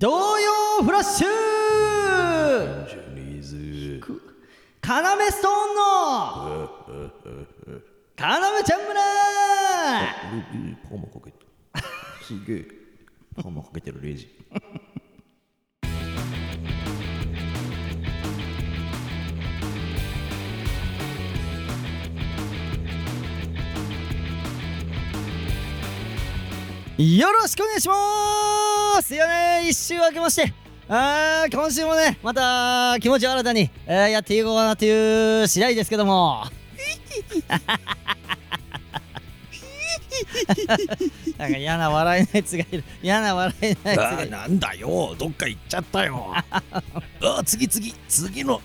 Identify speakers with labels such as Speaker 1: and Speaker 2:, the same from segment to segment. Speaker 1: 童謡フラッシュカナメストーンのカナメちゃん村
Speaker 2: パーマかけてすげえパーマかけてるレイジ
Speaker 1: よろしくお願いしますよね一週明けましてあー今週もねまた気持ちを新たに、えーやっていこうかなという次第ですけども なんか嫌な笑いのやつがいる嫌な笑いの やつがいる
Speaker 2: なんだよどっか行っちゃった よあー次次次の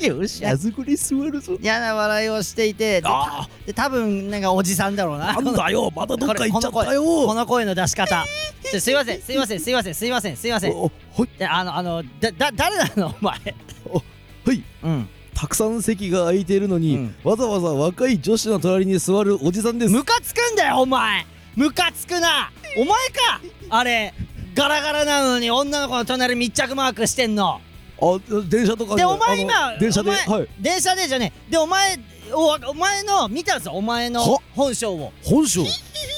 Speaker 1: よし
Speaker 2: ずこに座るぞ
Speaker 1: 嫌な笑いをしていてで
Speaker 2: あ
Speaker 1: で多分なんかおじさんだろうな
Speaker 2: ーなんだよまたどっか行っちゃったよ
Speaker 1: この声の出し方ちょすいませんすいませんすいませんすいませんすいません
Speaker 2: おほい
Speaker 1: であのあのだだ誰なのお前
Speaker 2: ほい
Speaker 1: うん
Speaker 2: たくさん席が空いているのに、
Speaker 1: うん
Speaker 2: わざわざ若い女子の隣に座るおじさんです
Speaker 1: ムカつくんだよお前ムカつくなお前かあれガラガラなのに女の子の隣密着マークしてんの
Speaker 2: あ電車とか
Speaker 1: でお
Speaker 2: あ
Speaker 1: 前
Speaker 2: の
Speaker 1: 今
Speaker 2: 電車で
Speaker 1: お前
Speaker 2: はい
Speaker 1: 電車でじゃねえでお前おお前の見たぞお前の
Speaker 2: は
Speaker 1: 本性を
Speaker 2: 本性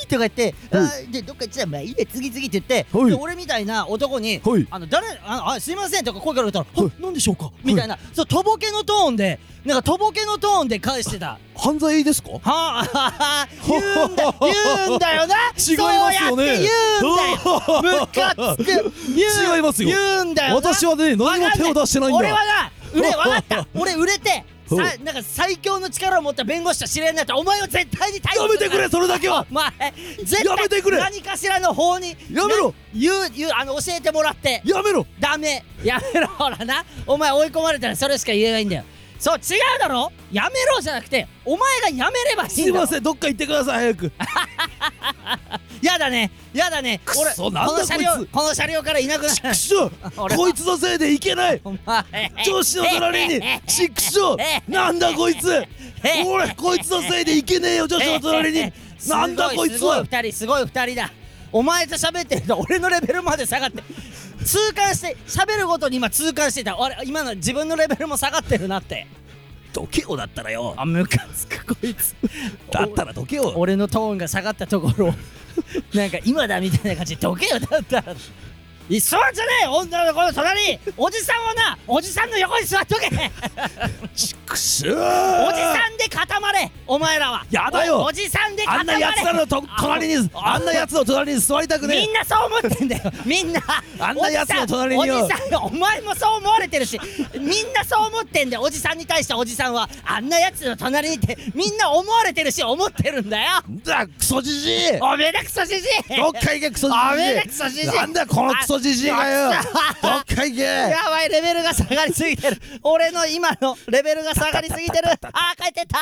Speaker 1: とか言って、
Speaker 2: はい
Speaker 1: あーでどっか行っちゃえばいいで次々って言って、
Speaker 2: はい
Speaker 1: で俺みたいな男に、
Speaker 2: はい
Speaker 1: あの誰あのあすいませんとか声かけたら、
Speaker 2: は
Speaker 1: はい、なんでしょうかみたいな、そうとぼけのトーンでなんかとぼけのトーンで返してた。
Speaker 2: 犯罪ですか
Speaker 1: はあ、言うんだ、言うんだよな。
Speaker 2: 違いますよね
Speaker 1: そうやって言うんだよ。ムカつく。言う
Speaker 2: 違いますよ
Speaker 1: 言うんだよな。
Speaker 2: 私はね何も手を出してないんだ
Speaker 1: 俺はな、売れ、わかった。俺売れて、さ、なんか最強の力を持った弁護士と知り合いになった。お前は絶対に逮捕
Speaker 2: やめてくれそれだけは
Speaker 1: お 前絶対
Speaker 2: やめてくれ
Speaker 1: 何かしらの法に
Speaker 2: やめろ
Speaker 1: な言う言うあの教えてもらって
Speaker 2: やめろ
Speaker 1: ダメやめろほらなお前追い込まれたらそれしか言えないんだよそう違うだろやめろじゃなくてお前がやめればいいんだ
Speaker 2: すいま
Speaker 1: ん
Speaker 2: せんどっか行ってください早 く
Speaker 1: やだねやだね
Speaker 2: くっそなんだ
Speaker 1: この車
Speaker 2: こい
Speaker 1: 両
Speaker 2: つ
Speaker 1: この車両からいなくなる
Speaker 2: 畜生
Speaker 1: 俺は
Speaker 2: こいつのせいで行けない
Speaker 1: お前
Speaker 2: 上司の隣に畜生なんだこいつ俺こいつのせいで行け ねえよ上司の隣になんだこいつ
Speaker 1: すごい
Speaker 2: は
Speaker 1: 2人すごい2人だお前と喋ってると俺のレベルまで下がって痛感して喋るごとに今痛感してた俺今の自分のレベルも下がってるなって
Speaker 2: どけよだったらよ
Speaker 1: あムカつくこいつ
Speaker 2: だったらどけよ
Speaker 1: 俺のトーンが下がったとこ ろをなんか今だみたいな感じでどけよだったらいっそじゃねえ女の子の隣おじさんはなおじさんの横に座っとけおじ
Speaker 2: 畜生おじ
Speaker 1: さんで固まれお前らは
Speaker 2: やだよ
Speaker 1: おおじさんで
Speaker 2: あ
Speaker 1: 固
Speaker 2: ん
Speaker 1: ま
Speaker 2: な
Speaker 1: れ
Speaker 2: やつらのと隣にあんなやつの隣に座りたく
Speaker 1: み
Speaker 2: ね
Speaker 1: んなそう思ってんだよみんな
Speaker 2: あんなやつの隣によ
Speaker 1: おじさんおじさんお前もそう思われてるしみんなそう思ってんだよおじさんに対しておじさんはあんなやつの隣にってみんな思われてるし思ってるんだよ
Speaker 2: えんだクソじじ い
Speaker 1: おめでくそじじい
Speaker 2: どっか行けクソ
Speaker 1: あめえク
Speaker 2: じ
Speaker 1: ソじ
Speaker 2: じ
Speaker 1: じ
Speaker 2: い
Speaker 1: い
Speaker 2: なんだこのクソじじいがよ
Speaker 1: あ
Speaker 2: どっか行け
Speaker 1: やばいレベルが下がりすぎてる俺の今のレベルが下がりすぎてるあー帰ってった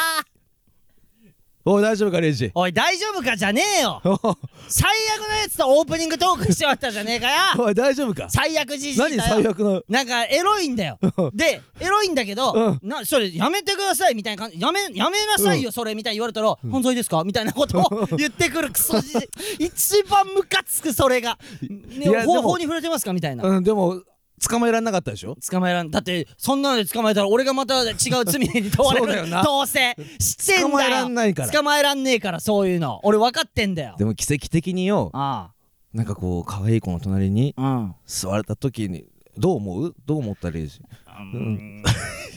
Speaker 2: おい大丈夫かレ イジ
Speaker 1: おい大丈夫かじゃねえよ
Speaker 2: お
Speaker 1: 最悪のやつとオープニングトークしてまったじゃねえかよ
Speaker 2: い大丈夫か
Speaker 1: 最悪じじいだよ
Speaker 2: 何最悪の
Speaker 1: なんかエロいんだよでエロいんだけど、なそれやめてくださいみたいな感じやめやめなさいよ、それみたいに言われたら、犯罪ですかみたいなこと を言ってくるクソじじい一番ムカつくそれが、
Speaker 2: い
Speaker 1: ね、
Speaker 2: やで
Speaker 1: 方
Speaker 2: も
Speaker 1: 法に触れてますかみたいな
Speaker 2: うんでも捕まえられなかったでしょ
Speaker 1: 捕まえらんだってそんなので捕まえたら俺がまた違う罪に問われ
Speaker 2: そうだよ
Speaker 1: る
Speaker 2: な
Speaker 1: どうせしてんだよ
Speaker 2: 捕まえらんないから
Speaker 1: 捕まえらんねえからそういうの俺分かってんだよ
Speaker 2: でも奇跡的によ
Speaker 1: あ
Speaker 2: なんかこう可愛い子の隣に
Speaker 1: あ
Speaker 2: 座れた時にどう思うどう思ったレイジ
Speaker 1: うん、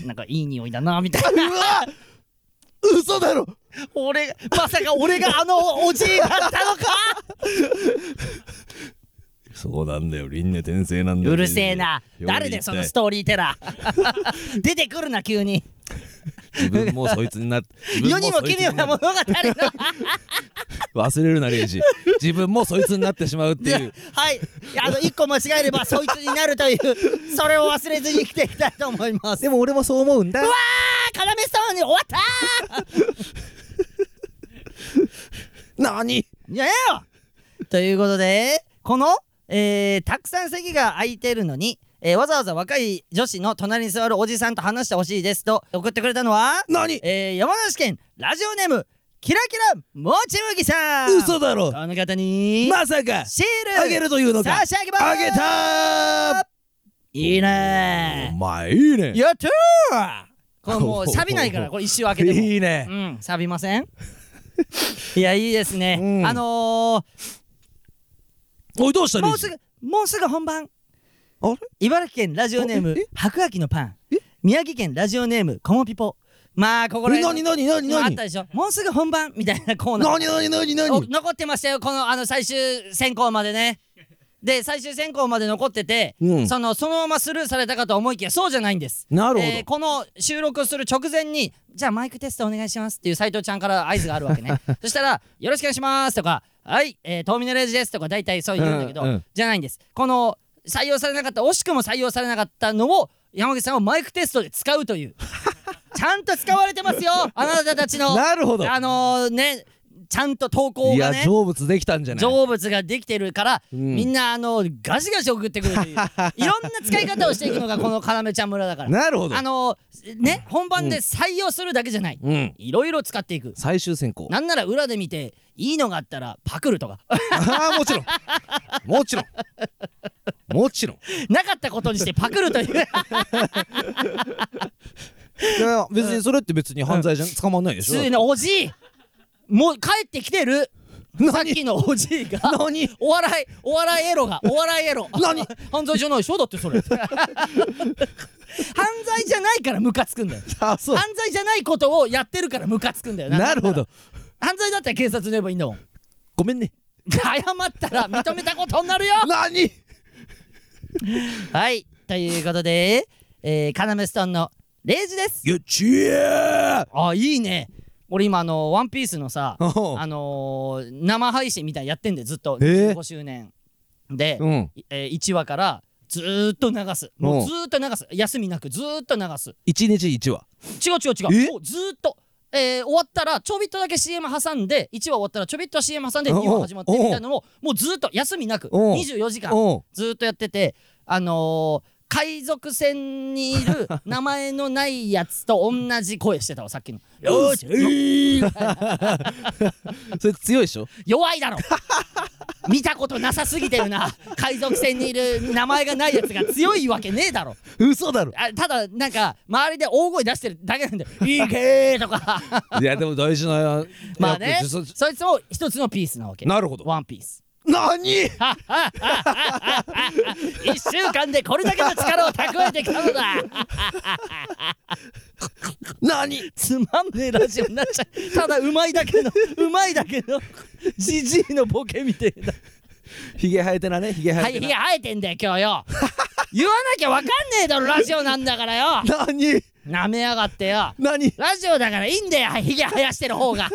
Speaker 1: なんかいい匂いだなみたいな
Speaker 2: 嘘だろ
Speaker 1: 俺まさか俺があのおじいだったのか
Speaker 2: そうなんだよ輪廻転生なんだ よ
Speaker 1: うるせえな誰でそのストーリーテラ ー出てくるな急に
Speaker 2: 自分もそいつ になって
Speaker 1: 世にも奇妙な物語の
Speaker 2: 忘れるなレイジ自分もそいつになってしまうっていう
Speaker 1: はいあの一個間違えればそいつになるというそれを忘れずに生きていきたいと思い ます
Speaker 2: でも俺もそう思うんだ
Speaker 1: カラメストーンに終わった
Speaker 2: 何
Speaker 1: ーいやいやということでこの、えーたくさん席が空いてるのに、えーわざわざ若い女子の隣に座るおじさんと話してほしいですと送ってくれたのは、
Speaker 2: 何
Speaker 1: えー山梨県ラジオネームキラキラもち麦さん
Speaker 2: 嘘だろ
Speaker 1: この方に
Speaker 2: まさか
Speaker 1: シール
Speaker 2: あげるというの
Speaker 1: 差
Speaker 2: か
Speaker 1: し上げます
Speaker 2: あげた
Speaker 1: いい
Speaker 2: ーお
Speaker 1: ね
Speaker 2: 前いいね
Speaker 1: やったーこれもう錆びないからこれ一周開けても
Speaker 2: いいね
Speaker 1: うん錆びません いやいいですね、
Speaker 2: うん
Speaker 1: あの
Speaker 2: おいどうした
Speaker 1: ー、
Speaker 2: リ
Speaker 1: も
Speaker 2: ー
Speaker 1: う
Speaker 2: チ
Speaker 1: すぐもうすぐ本番
Speaker 2: あれ
Speaker 1: 茨城県ラジオネーム
Speaker 2: あえ
Speaker 1: 白亜紀のパン
Speaker 2: え
Speaker 1: 宮城県ラジオネームコモピポまあここら
Speaker 2: え何
Speaker 1: 辺
Speaker 2: 何何
Speaker 1: 今あっ
Speaker 2: 何
Speaker 1: たでしょもうすぐ本番みたいなコーナー
Speaker 2: 何何何
Speaker 1: お
Speaker 2: 何
Speaker 1: 残ってましたよこのあの最終選考までねで最終選考まで残ってて、
Speaker 2: うん
Speaker 1: そのそのままスルーされたかと思いきやそうじゃないんです
Speaker 2: なるほど
Speaker 1: えーこの収録をする直前に「じゃあマイクテストお願いします」っていう斎藤ちゃんから合図があるわけ ねそしたら「よろしくお願いします」とか「はい、えー、トーミネレージです」とか大体そう言うんだけど、
Speaker 2: うんうん
Speaker 1: じゃないんですこの採用されなかった惜しくも採用されなかったのを山口さんをマイクテストで使うと いうちゃんと使われてますよあなたたちの
Speaker 2: なるほど
Speaker 1: あのねちゃんと投稿
Speaker 2: い
Speaker 1: が
Speaker 2: や
Speaker 1: ね
Speaker 2: 成仏できたんじゃない
Speaker 1: 成仏ができてるから、
Speaker 2: うん
Speaker 1: みんなあのガシガシ送ってくるとい ういろんな使い方をしていくのがこの要ちゃん村だから
Speaker 2: なるほど
Speaker 1: あのね本番で採用するだけじゃない、
Speaker 2: うん
Speaker 1: いろいろ使っていく
Speaker 2: 最終選考
Speaker 1: なんなら裏で見ていいのがあったらパクるとか
Speaker 2: ああもちろんもちろんもちろん
Speaker 1: なかったことにしてパクると いう
Speaker 2: いやいや別にそれって別に犯罪じゃん捕まんないでし
Speaker 1: つ
Speaker 2: ょ
Speaker 1: いのおじいもう帰ってきてるさっきのおじいが
Speaker 2: 何
Speaker 1: お笑いお笑いエロがお笑いエロ
Speaker 2: 何
Speaker 1: 犯罪じゃないでしょだってそれ犯罪じゃないからムカつくんだよ
Speaker 2: あそう
Speaker 1: 犯罪じゃないことをやってるからムカつくんだよ
Speaker 2: なるほど
Speaker 1: 犯罪だったら警察に言えばいいんだもん
Speaker 2: ごめんね
Speaker 1: 謝ったら認めたことになる よ
Speaker 2: 何
Speaker 1: はいということでえー、カナメストーンのレイジです
Speaker 2: いやちえー
Speaker 1: あいいね俺今あのワンピースのさ
Speaker 2: おう
Speaker 1: あのー、生配信みたいなのやってんでずっと
Speaker 2: えー
Speaker 1: 25周年で、
Speaker 2: うん
Speaker 1: えー、1話からずーっと流すも
Speaker 2: お
Speaker 1: う
Speaker 2: う
Speaker 1: ずーっと流す休みなくずーっと流す
Speaker 2: 一日一話
Speaker 1: 違う違う違
Speaker 2: え
Speaker 1: うもうずーっと、えー、終わったらちょびっとだけ CM 挟んで1話終わったらちょびっと CM 挟んで2
Speaker 2: おう
Speaker 1: 話始まってみたいなのをもうずーっと休みなく
Speaker 2: おう
Speaker 1: 24時間
Speaker 2: おう
Speaker 1: ずーっとやっててあのー海賊船にい る名前のないやつと同じ声してたわさっきの「よーし
Speaker 2: し それ強いでし ょ
Speaker 1: 弱いだろ見たことなさすぎてるな海賊船にいる名前がないやつが強いわけねえだろ
Speaker 2: 嘘だろ
Speaker 1: あただなんか周りで大声出してるだけ なんだよ「いけー!」とか
Speaker 2: いやでも大事なや
Speaker 1: まあね
Speaker 2: やっぱ
Speaker 1: そ
Speaker 2: そ
Speaker 1: いつも一つのピースなわけ
Speaker 2: なるほど
Speaker 1: ワンピース
Speaker 2: 何
Speaker 1: 1週間でこれだけの力を蓄えてきたのだ
Speaker 2: 何
Speaker 1: つまんねえラジオになっちゃうただうまいだけのうまいだけのじじいのボケみてえな
Speaker 2: ひげ生えてなねひげ生
Speaker 1: は
Speaker 2: え
Speaker 1: い
Speaker 2: て
Speaker 1: ひ
Speaker 2: な
Speaker 1: げ生えてんだよ今日 よ言わなきゃわかんねえだろラジオなんだからよ
Speaker 2: 何
Speaker 1: なめやがってよ
Speaker 2: 何
Speaker 1: ラジオだからいいんだよひげ生やしてる方が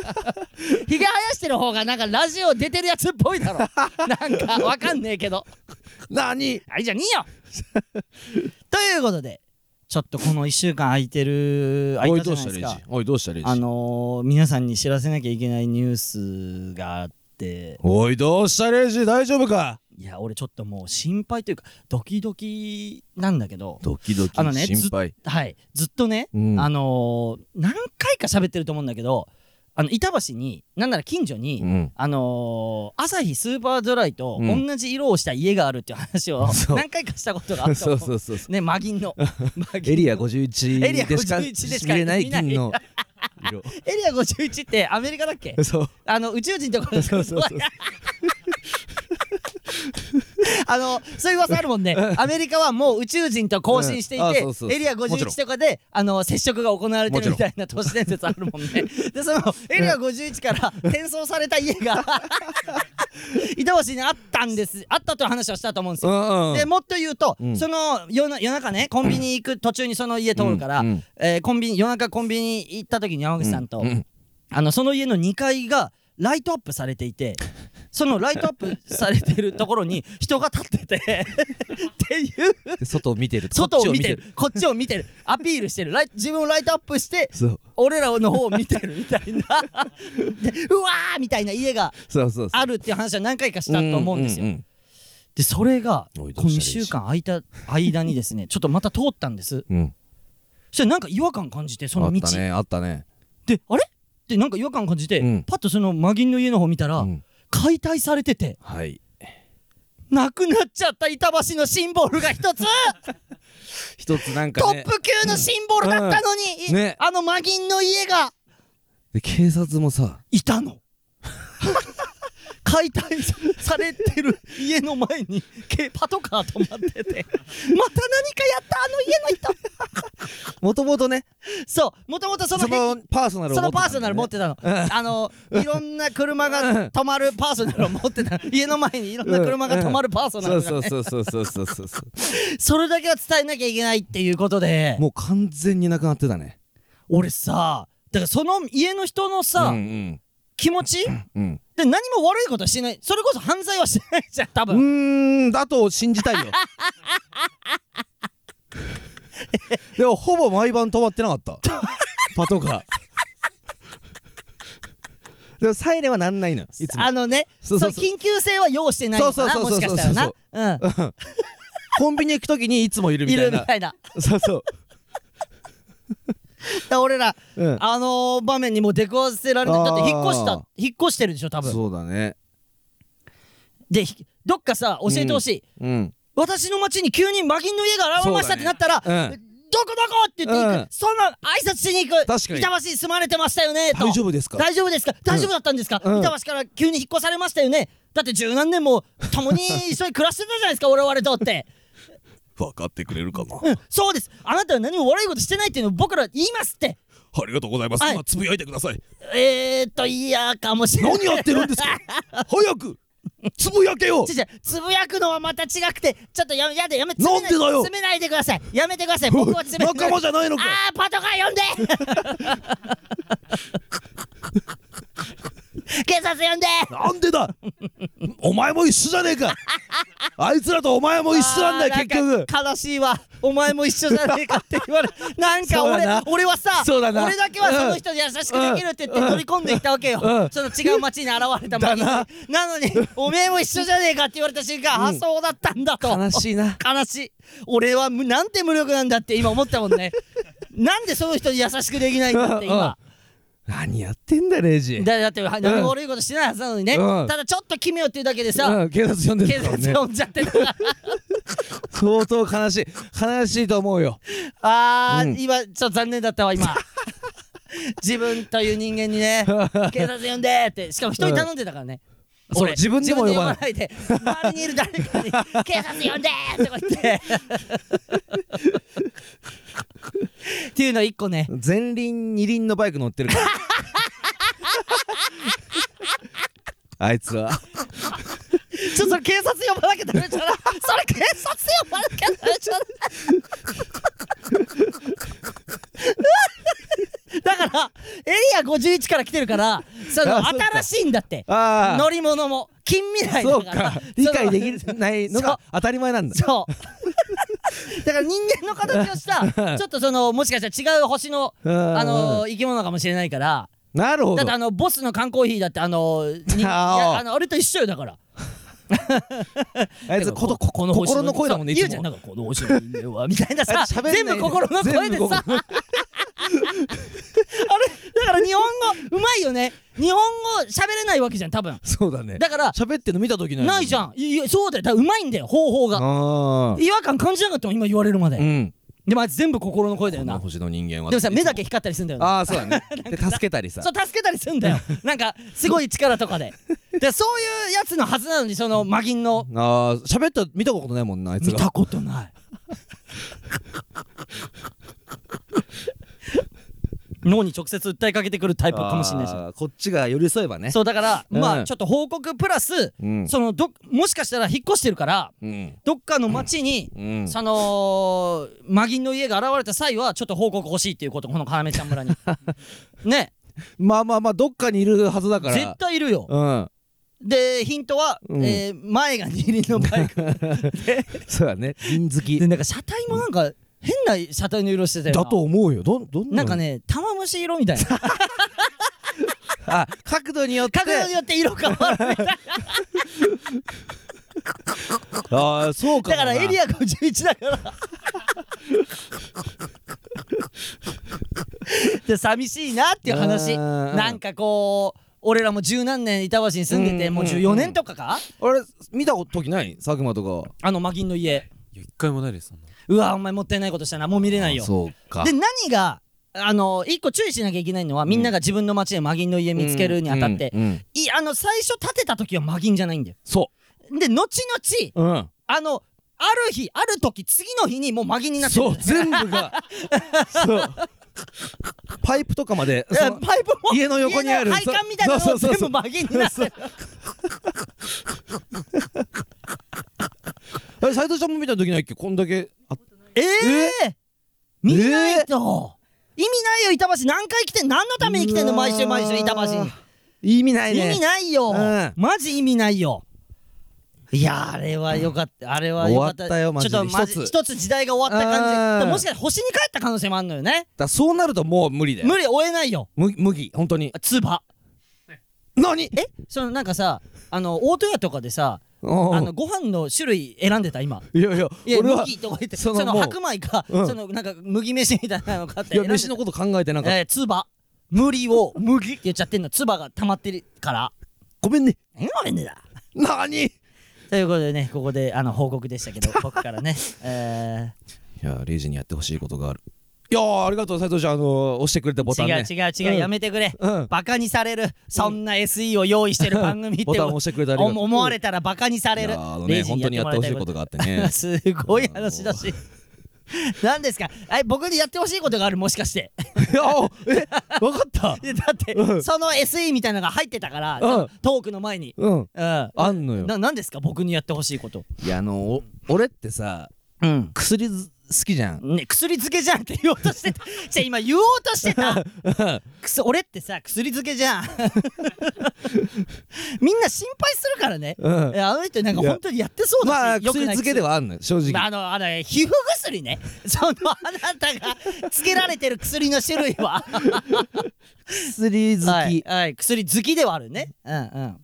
Speaker 1: ひげ生やしてる方がなんかラジオ出てるやつっぽいだろなんかわかんねえけど
Speaker 2: 何
Speaker 1: あれじゃねえよということでちょっとこの1週間空いてる空
Speaker 2: お
Speaker 1: い
Speaker 2: い
Speaker 1: たじ
Speaker 2: ど
Speaker 1: ゃ
Speaker 2: う
Speaker 1: な
Speaker 2: し
Speaker 1: いです
Speaker 2: たレイ
Speaker 1: か
Speaker 2: ジおいどうしたレイ
Speaker 1: あ
Speaker 2: ジ
Speaker 1: のー、皆さんに知らせなきゃいけないニュースがあって
Speaker 2: おいどうしたレイジ大丈夫か
Speaker 1: いや俺ちょっともう心配というかドキドキなんだけど
Speaker 2: ドキドキ
Speaker 1: あのね
Speaker 2: 心配
Speaker 1: はいずっとね、
Speaker 2: うん
Speaker 1: あのー、何回か喋ってると思うんだけどあの板橋になんなら近所に、
Speaker 2: うん
Speaker 1: あのー、朝日スーパードライと
Speaker 2: うん
Speaker 1: 同じ色をした家があるっていう話を
Speaker 2: そう
Speaker 1: 何回かしたことがあった
Speaker 2: そうそうそうそう
Speaker 1: ねマギン の マギン
Speaker 2: エリア51
Speaker 1: エリア
Speaker 2: でしか
Speaker 1: 51でしか
Speaker 2: 見れない
Speaker 1: 見ない
Speaker 2: 銀の色
Speaker 1: エリア51ってアメリカだっけ
Speaker 2: そう
Speaker 1: あの宇宙人とかの
Speaker 2: そうそうそう
Speaker 1: あのそういう噂あるもんねアメリカはもう宇宙人と交信してい
Speaker 2: うんあ
Speaker 1: て、
Speaker 2: そうそうそう
Speaker 1: エリア
Speaker 2: もちろん
Speaker 1: 51とかであの接触が行われてるみたいな都市伝説あるもんね でそのエリア51から転送された家 が 板橋にあったんですあったという話をしたと思 うんです
Speaker 2: う
Speaker 1: よ、
Speaker 2: んうん
Speaker 1: でもっと言うと、
Speaker 2: うん
Speaker 1: その夜な夜中ねコンビニ行く途中にその家通るから、
Speaker 2: うんうん
Speaker 1: えーコンビニ夜中コンビニ行った時に山口さんと、
Speaker 2: ううん
Speaker 1: あのその家の2階がライトアップされてい てそのライトアップされてるところに人が立 っててっていう
Speaker 2: で外を見てる
Speaker 1: 外
Speaker 2: こっち
Speaker 1: を見てるこっちを見てるアピールしてるライ自分をライトアップして
Speaker 2: そう
Speaker 1: 俺らの方を見てるみたいなでうわーみたいな家が
Speaker 2: そうそうそう
Speaker 1: あるっていう話は何回かしたと思うんですよ。
Speaker 2: うう
Speaker 1: でそれがこ
Speaker 2: おいど
Speaker 1: の
Speaker 2: うしたらいい
Speaker 1: 2週
Speaker 2: し
Speaker 1: 間空いた間に ですねちょっとまた通ったんです
Speaker 2: うん
Speaker 1: そしたらなんか違和感感じてその道、
Speaker 2: あったねあったね
Speaker 1: であれっってなんか違和感感じて、
Speaker 2: うん
Speaker 1: パッとそのマギンの家の方見たら、
Speaker 2: うん
Speaker 1: 解体されてて
Speaker 2: はい
Speaker 1: なくなっちゃった板橋のシンボルが一つ
Speaker 2: 一つなん
Speaker 1: ト
Speaker 2: かね
Speaker 1: ップ級のシンボルだったのに、
Speaker 2: うんね
Speaker 1: あのマギンの家が
Speaker 2: で警察もさ
Speaker 1: いた の解体されてる家の前に軽パトカー止まっててまた何かやったあの家の人
Speaker 2: もともとね
Speaker 1: そうもともとそ
Speaker 2: そ
Speaker 1: の
Speaker 2: のパーソナルを
Speaker 1: そ
Speaker 2: 持
Speaker 1: の
Speaker 2: って
Speaker 1: パ
Speaker 2: た
Speaker 1: ーソ
Speaker 2: んだよね
Speaker 1: ナル持ってたの、あのいろんな車が止まるパーソナルを持ってたの家の前にいろんな車が止まるパーソナルが、ね
Speaker 2: そうそうそうそうそうそうそう
Speaker 1: それだけは伝えなきゃいけないっていうことで
Speaker 2: もう完全になくなってたね
Speaker 1: 俺さだからその家の人のさ、
Speaker 2: うん
Speaker 1: 気持ち
Speaker 2: うんうん
Speaker 1: で何も悪いことはしてないそれこそ犯罪はしてないじゃん多
Speaker 2: う
Speaker 1: 分、
Speaker 2: ーんだと信じたい よでもほぼ毎晩止まってなかったパトカーでもサイレンはなんないのよいつも
Speaker 1: あのね
Speaker 2: そうそうそう
Speaker 1: その緊急性は要してないのかな
Speaker 2: そう
Speaker 1: も
Speaker 2: そうそう
Speaker 1: し
Speaker 2: そ
Speaker 1: か
Speaker 2: う
Speaker 1: したらな、う
Speaker 2: コンビニ行くときにいつもいる
Speaker 1: ん、
Speaker 2: み
Speaker 1: い
Speaker 2: たい
Speaker 1: るみ
Speaker 2: な
Speaker 1: たいな
Speaker 2: そうそう
Speaker 1: だから俺ら、
Speaker 2: うん
Speaker 1: あの場面にもう出くわせられないだって引っ越し
Speaker 2: あー
Speaker 1: た引っ越してるでしょ多分
Speaker 2: そうだね
Speaker 1: でひどっかさ教えてほしい、
Speaker 2: うん
Speaker 1: 私の町に急にマギンの家が現れましたってなったら、
Speaker 2: そうだねう
Speaker 1: どこどこって言って行く、
Speaker 2: うん
Speaker 1: そんな挨拶しに行く
Speaker 2: 確かに
Speaker 1: 板橋に住まれてましたよねと
Speaker 2: 大丈夫ですか
Speaker 1: 大丈夫ですか大丈夫だったんですか、
Speaker 2: うん
Speaker 1: 板橋から急に引っ越されましたよねだって十何年も共 に一緒に暮らしてたじゃないですか我々とって、
Speaker 2: 分かってくれるかな
Speaker 1: うん、そうですあなたは何も悪いことしてないっていうのを僕ら言いますって
Speaker 2: ありがとうございます
Speaker 1: はい今
Speaker 2: つぶやいてください
Speaker 1: えーっといやかもしれない
Speaker 2: 何やってるんです か早くつぶやけよ
Speaker 1: ちょちょつぶやくのはまた違くてちょっとややだやめ
Speaker 2: なんでだよ
Speaker 1: 詰めないでくださいやめてください僕は詰めない
Speaker 2: 仲間じゃないのか
Speaker 1: あーパトカー呼 んで警察呼んで
Speaker 2: なんでだお前も一緒じゃね えかあいつらとお前も一緒なんだよ
Speaker 1: あー
Speaker 2: 結局
Speaker 1: か悲しいわお前も一緒じゃねえかって言 われなんか
Speaker 2: そうだ
Speaker 1: 俺
Speaker 2: な
Speaker 1: 俺はさ
Speaker 2: そうだな
Speaker 1: 俺だけはその人に優しくできるって言って取り込んでいったわけよ、
Speaker 2: うん
Speaker 1: その違う町に現れた
Speaker 2: だ
Speaker 1: 町にな
Speaker 2: な
Speaker 1: のにおめえも一緒じゃねえかって言われた瞬間、あそうだったんだと
Speaker 2: 悲しいな
Speaker 1: 悲しい俺はむなんて無力なんだって今思ったもん ねなんでその人に優しくできないんだって今
Speaker 2: 何やってんだレイジ
Speaker 1: だだっては何も悪いことしてないはずなのにね、
Speaker 2: うん
Speaker 1: ただちょっと奇妙っていうだけでさ、
Speaker 2: うん警察呼んで
Speaker 1: 警
Speaker 2: るから
Speaker 1: 察
Speaker 2: ね
Speaker 1: 呼んじゃってたから
Speaker 2: 相当悲しい悲しいと思うよ
Speaker 1: あー、
Speaker 2: うん
Speaker 1: 今ちょっと残念だったわ 今自分という人間にね警察呼んでってしかも人に頼んでたからね、
Speaker 2: そう自分でも呼ばない
Speaker 1: 自分で呼ばないで周りにいる誰かに「警察呼んで!」とか言ってっていうの一個ね
Speaker 2: 前輪二輪のバイク乗ってるか らあいつは
Speaker 1: ちょっと警察呼ばなきゃダメじゃないそれ警察呼ばなきゃダメじゃないだからエリア51から来てるからその
Speaker 2: あそうか
Speaker 1: 新しいんだって
Speaker 2: あ
Speaker 1: 乗
Speaker 2: あ
Speaker 1: り物も近未来
Speaker 2: そう
Speaker 1: だからそ
Speaker 2: か
Speaker 1: の
Speaker 2: 理解できないの
Speaker 1: そう
Speaker 2: が当たり前なんだ
Speaker 1: そう だから人間の形をしたちょっとそのもしかしたら違う星の
Speaker 2: うん
Speaker 1: あの生き物かもしれないから
Speaker 2: なるほ
Speaker 1: だっ
Speaker 2: ど
Speaker 1: てあのボスの缶コーヒーだってあのにい
Speaker 2: あー
Speaker 1: やあのあれと一緒よだから
Speaker 2: あいつことここの
Speaker 1: 星
Speaker 2: 心の声だもんねい
Speaker 1: そう言う
Speaker 2: つ
Speaker 1: じゃん
Speaker 2: も
Speaker 1: なんかこの星の人間はみたいな
Speaker 2: あ
Speaker 1: さ
Speaker 2: いつ喋んない
Speaker 1: 全部心の声で
Speaker 2: 全部
Speaker 1: さあ
Speaker 2: 心
Speaker 1: れだから日本語うまいよね日本語喋れないわけじゃん多分
Speaker 2: そうだね
Speaker 1: だから
Speaker 2: 喋ってんの見た時の
Speaker 1: ないじゃんいやそうだよだからうまいんだよ方法が
Speaker 2: ああ
Speaker 1: 違和感感じなかったもん今言われるまで、
Speaker 2: うん
Speaker 1: でもあいつ全部心の声だよな
Speaker 2: 星の人間は
Speaker 1: でもさ目だけ光ったりするん だよな
Speaker 2: ああそうだねで助けたりさ
Speaker 1: そう助けたりするんだよなんかすごい力とかででそういうやつのはずなのにそのマギンの
Speaker 2: あー喋った見たことないもんなあいつ
Speaker 1: 見た
Speaker 2: が
Speaker 1: こと ない脳に直接訴えかけてくるタイプかもしれないし
Speaker 2: あーこっちが寄り添えばね
Speaker 1: そうだから、
Speaker 2: うん
Speaker 1: まあちょっと報告プラス、
Speaker 2: うん
Speaker 1: そのどもしかしたら引っ越してるから
Speaker 2: うん
Speaker 1: どっかの町に、
Speaker 2: うん
Speaker 1: そのマギンの家が現れた際はちょっと報告欲しいっていうことこの要ちゃん 村にね
Speaker 2: まあまあまあどっかにいるはずだから
Speaker 1: 絶対いるよ
Speaker 2: うん
Speaker 1: でヒントは、
Speaker 2: うん
Speaker 1: えー前が二輪のバ イク
Speaker 2: そうだね人好き
Speaker 1: でなんか車体もなんか変な車体の色してたよな
Speaker 2: だと思うよどんどん
Speaker 1: なんかね玉虫色みたいな
Speaker 2: あ角度によって
Speaker 1: 角度によって色変わるみたいな
Speaker 2: ああそうか
Speaker 1: だからエリ
Speaker 2: ア
Speaker 1: ア51だからだで寂しいなっていう話
Speaker 2: うんうんうん
Speaker 1: なんかこう俺らも十何年板橋に住んで
Speaker 2: うんうんう
Speaker 1: て
Speaker 2: ん
Speaker 1: もう14年とかか
Speaker 2: あれ見た時ない佐久間とか
Speaker 1: あの魔銀の家
Speaker 3: いや一回もないですそんな
Speaker 1: うわお前もったいないことしたなもう見れないよ
Speaker 2: そうか
Speaker 1: で何があの一個注意しなきゃいけないのはみんなが自分の街で魔銀の家見つけるにあたって、
Speaker 2: うんうん
Speaker 1: いあの最初建てた時は魔銀じゃないんだよ
Speaker 2: そ
Speaker 1: で後々
Speaker 2: ううん
Speaker 1: あのある日ある時次の日にもう魔銀になってる
Speaker 2: そう全部がそうパイプとかまで
Speaker 1: いや
Speaker 2: その
Speaker 1: パイプも
Speaker 2: 家の横にある
Speaker 1: 家の配管みたいなの
Speaker 2: そ
Speaker 1: を
Speaker 2: うそ
Speaker 1: 全
Speaker 2: うそうそ
Speaker 1: 部
Speaker 2: う
Speaker 1: 曲げになって る
Speaker 2: あれ斉藤ちゃんも見た時ないっけこんだけあ
Speaker 1: ええ見ないと意味ないよ板橋何回来てん何のために来てんの
Speaker 2: うわー
Speaker 1: 毎週毎週板橋に
Speaker 2: 意味ない
Speaker 1: 意
Speaker 2: ね
Speaker 1: 味ないよ
Speaker 2: うん
Speaker 1: マジ意味ないよいやーあれはよかったあれはよかった
Speaker 2: 終わったよマジで
Speaker 1: ちょっとマジ
Speaker 2: 一つ
Speaker 1: 一つ時代が終わった
Speaker 2: うん
Speaker 1: 感じでもしかして星に帰った可能性もあるのよね
Speaker 2: だそうなるともう無理だよ
Speaker 1: 無理追えないよ
Speaker 2: む麦本当に
Speaker 1: ツバ
Speaker 2: 何
Speaker 1: えそのなんかさあの大戸屋とかでさ
Speaker 2: おう
Speaker 1: あのご飯の種類選んでた今
Speaker 2: いやいや
Speaker 1: いや
Speaker 2: 俺は
Speaker 1: 麦とか言って
Speaker 2: そ
Speaker 1: そ
Speaker 2: の
Speaker 1: の
Speaker 2: もう
Speaker 1: 白米か、
Speaker 2: うん
Speaker 1: そのなんか麦飯みたいなの買って
Speaker 2: い
Speaker 1: 選
Speaker 2: や
Speaker 1: んで
Speaker 2: 飯のこと考えてなんかった
Speaker 1: えー、つば無理を麦って言っちゃってんのつばが溜まってるから
Speaker 2: ごめんね
Speaker 1: 何が悪いんだ
Speaker 2: 何い
Speaker 1: ということでねここであの報告でしたけ ど僕からね、え
Speaker 2: やレイジにやってほしいことがあるいやーありがとう斉藤ちゃんあのー押してくれたボタ
Speaker 1: ー
Speaker 2: ンね
Speaker 1: 違う違う違う、
Speaker 2: うん
Speaker 1: やめてくれ、
Speaker 2: うん
Speaker 1: バカにされるそんな SE を用意してる番組って
Speaker 2: ボタンを押してくれたありがとう
Speaker 1: 思われたらバカにされ
Speaker 2: い
Speaker 1: る
Speaker 2: やーあの
Speaker 1: レ
Speaker 2: ね
Speaker 1: イジ
Speaker 2: 本当にやってほしいこと
Speaker 1: が
Speaker 2: があって ね
Speaker 1: すごい話だし何ですかえ僕にやってほしいことがあるもしかして
Speaker 2: いやおえ分かった
Speaker 1: いや だって、
Speaker 2: うん
Speaker 1: その SE みたいなのが入ってたから、
Speaker 2: うん
Speaker 1: そのトークの前に、
Speaker 2: う
Speaker 1: う
Speaker 2: ん
Speaker 1: ん、な
Speaker 2: あんのよ
Speaker 1: 何ですか僕にやってほしいこと、
Speaker 2: いやあのお俺ってさ
Speaker 1: うん
Speaker 2: 薬ず好きじゃん
Speaker 1: ね、薬漬けじゃんって言おうとして たじゃあ今言おうとしてたくそ俺ってさ薬漬けじ ゃんみんな心配するからね、
Speaker 2: うん
Speaker 1: いやあの人なんか
Speaker 2: いや
Speaker 1: 本当にやってそうだし
Speaker 2: まあ
Speaker 1: 良く
Speaker 2: 薬
Speaker 1: ない
Speaker 2: 漬けではあんのよ正直
Speaker 1: まあ、あのあの皮膚薬ねそのあなたがつけられてる薬の種類は
Speaker 2: 薬好き、
Speaker 1: はい、はい、薬好きではあるねうんうん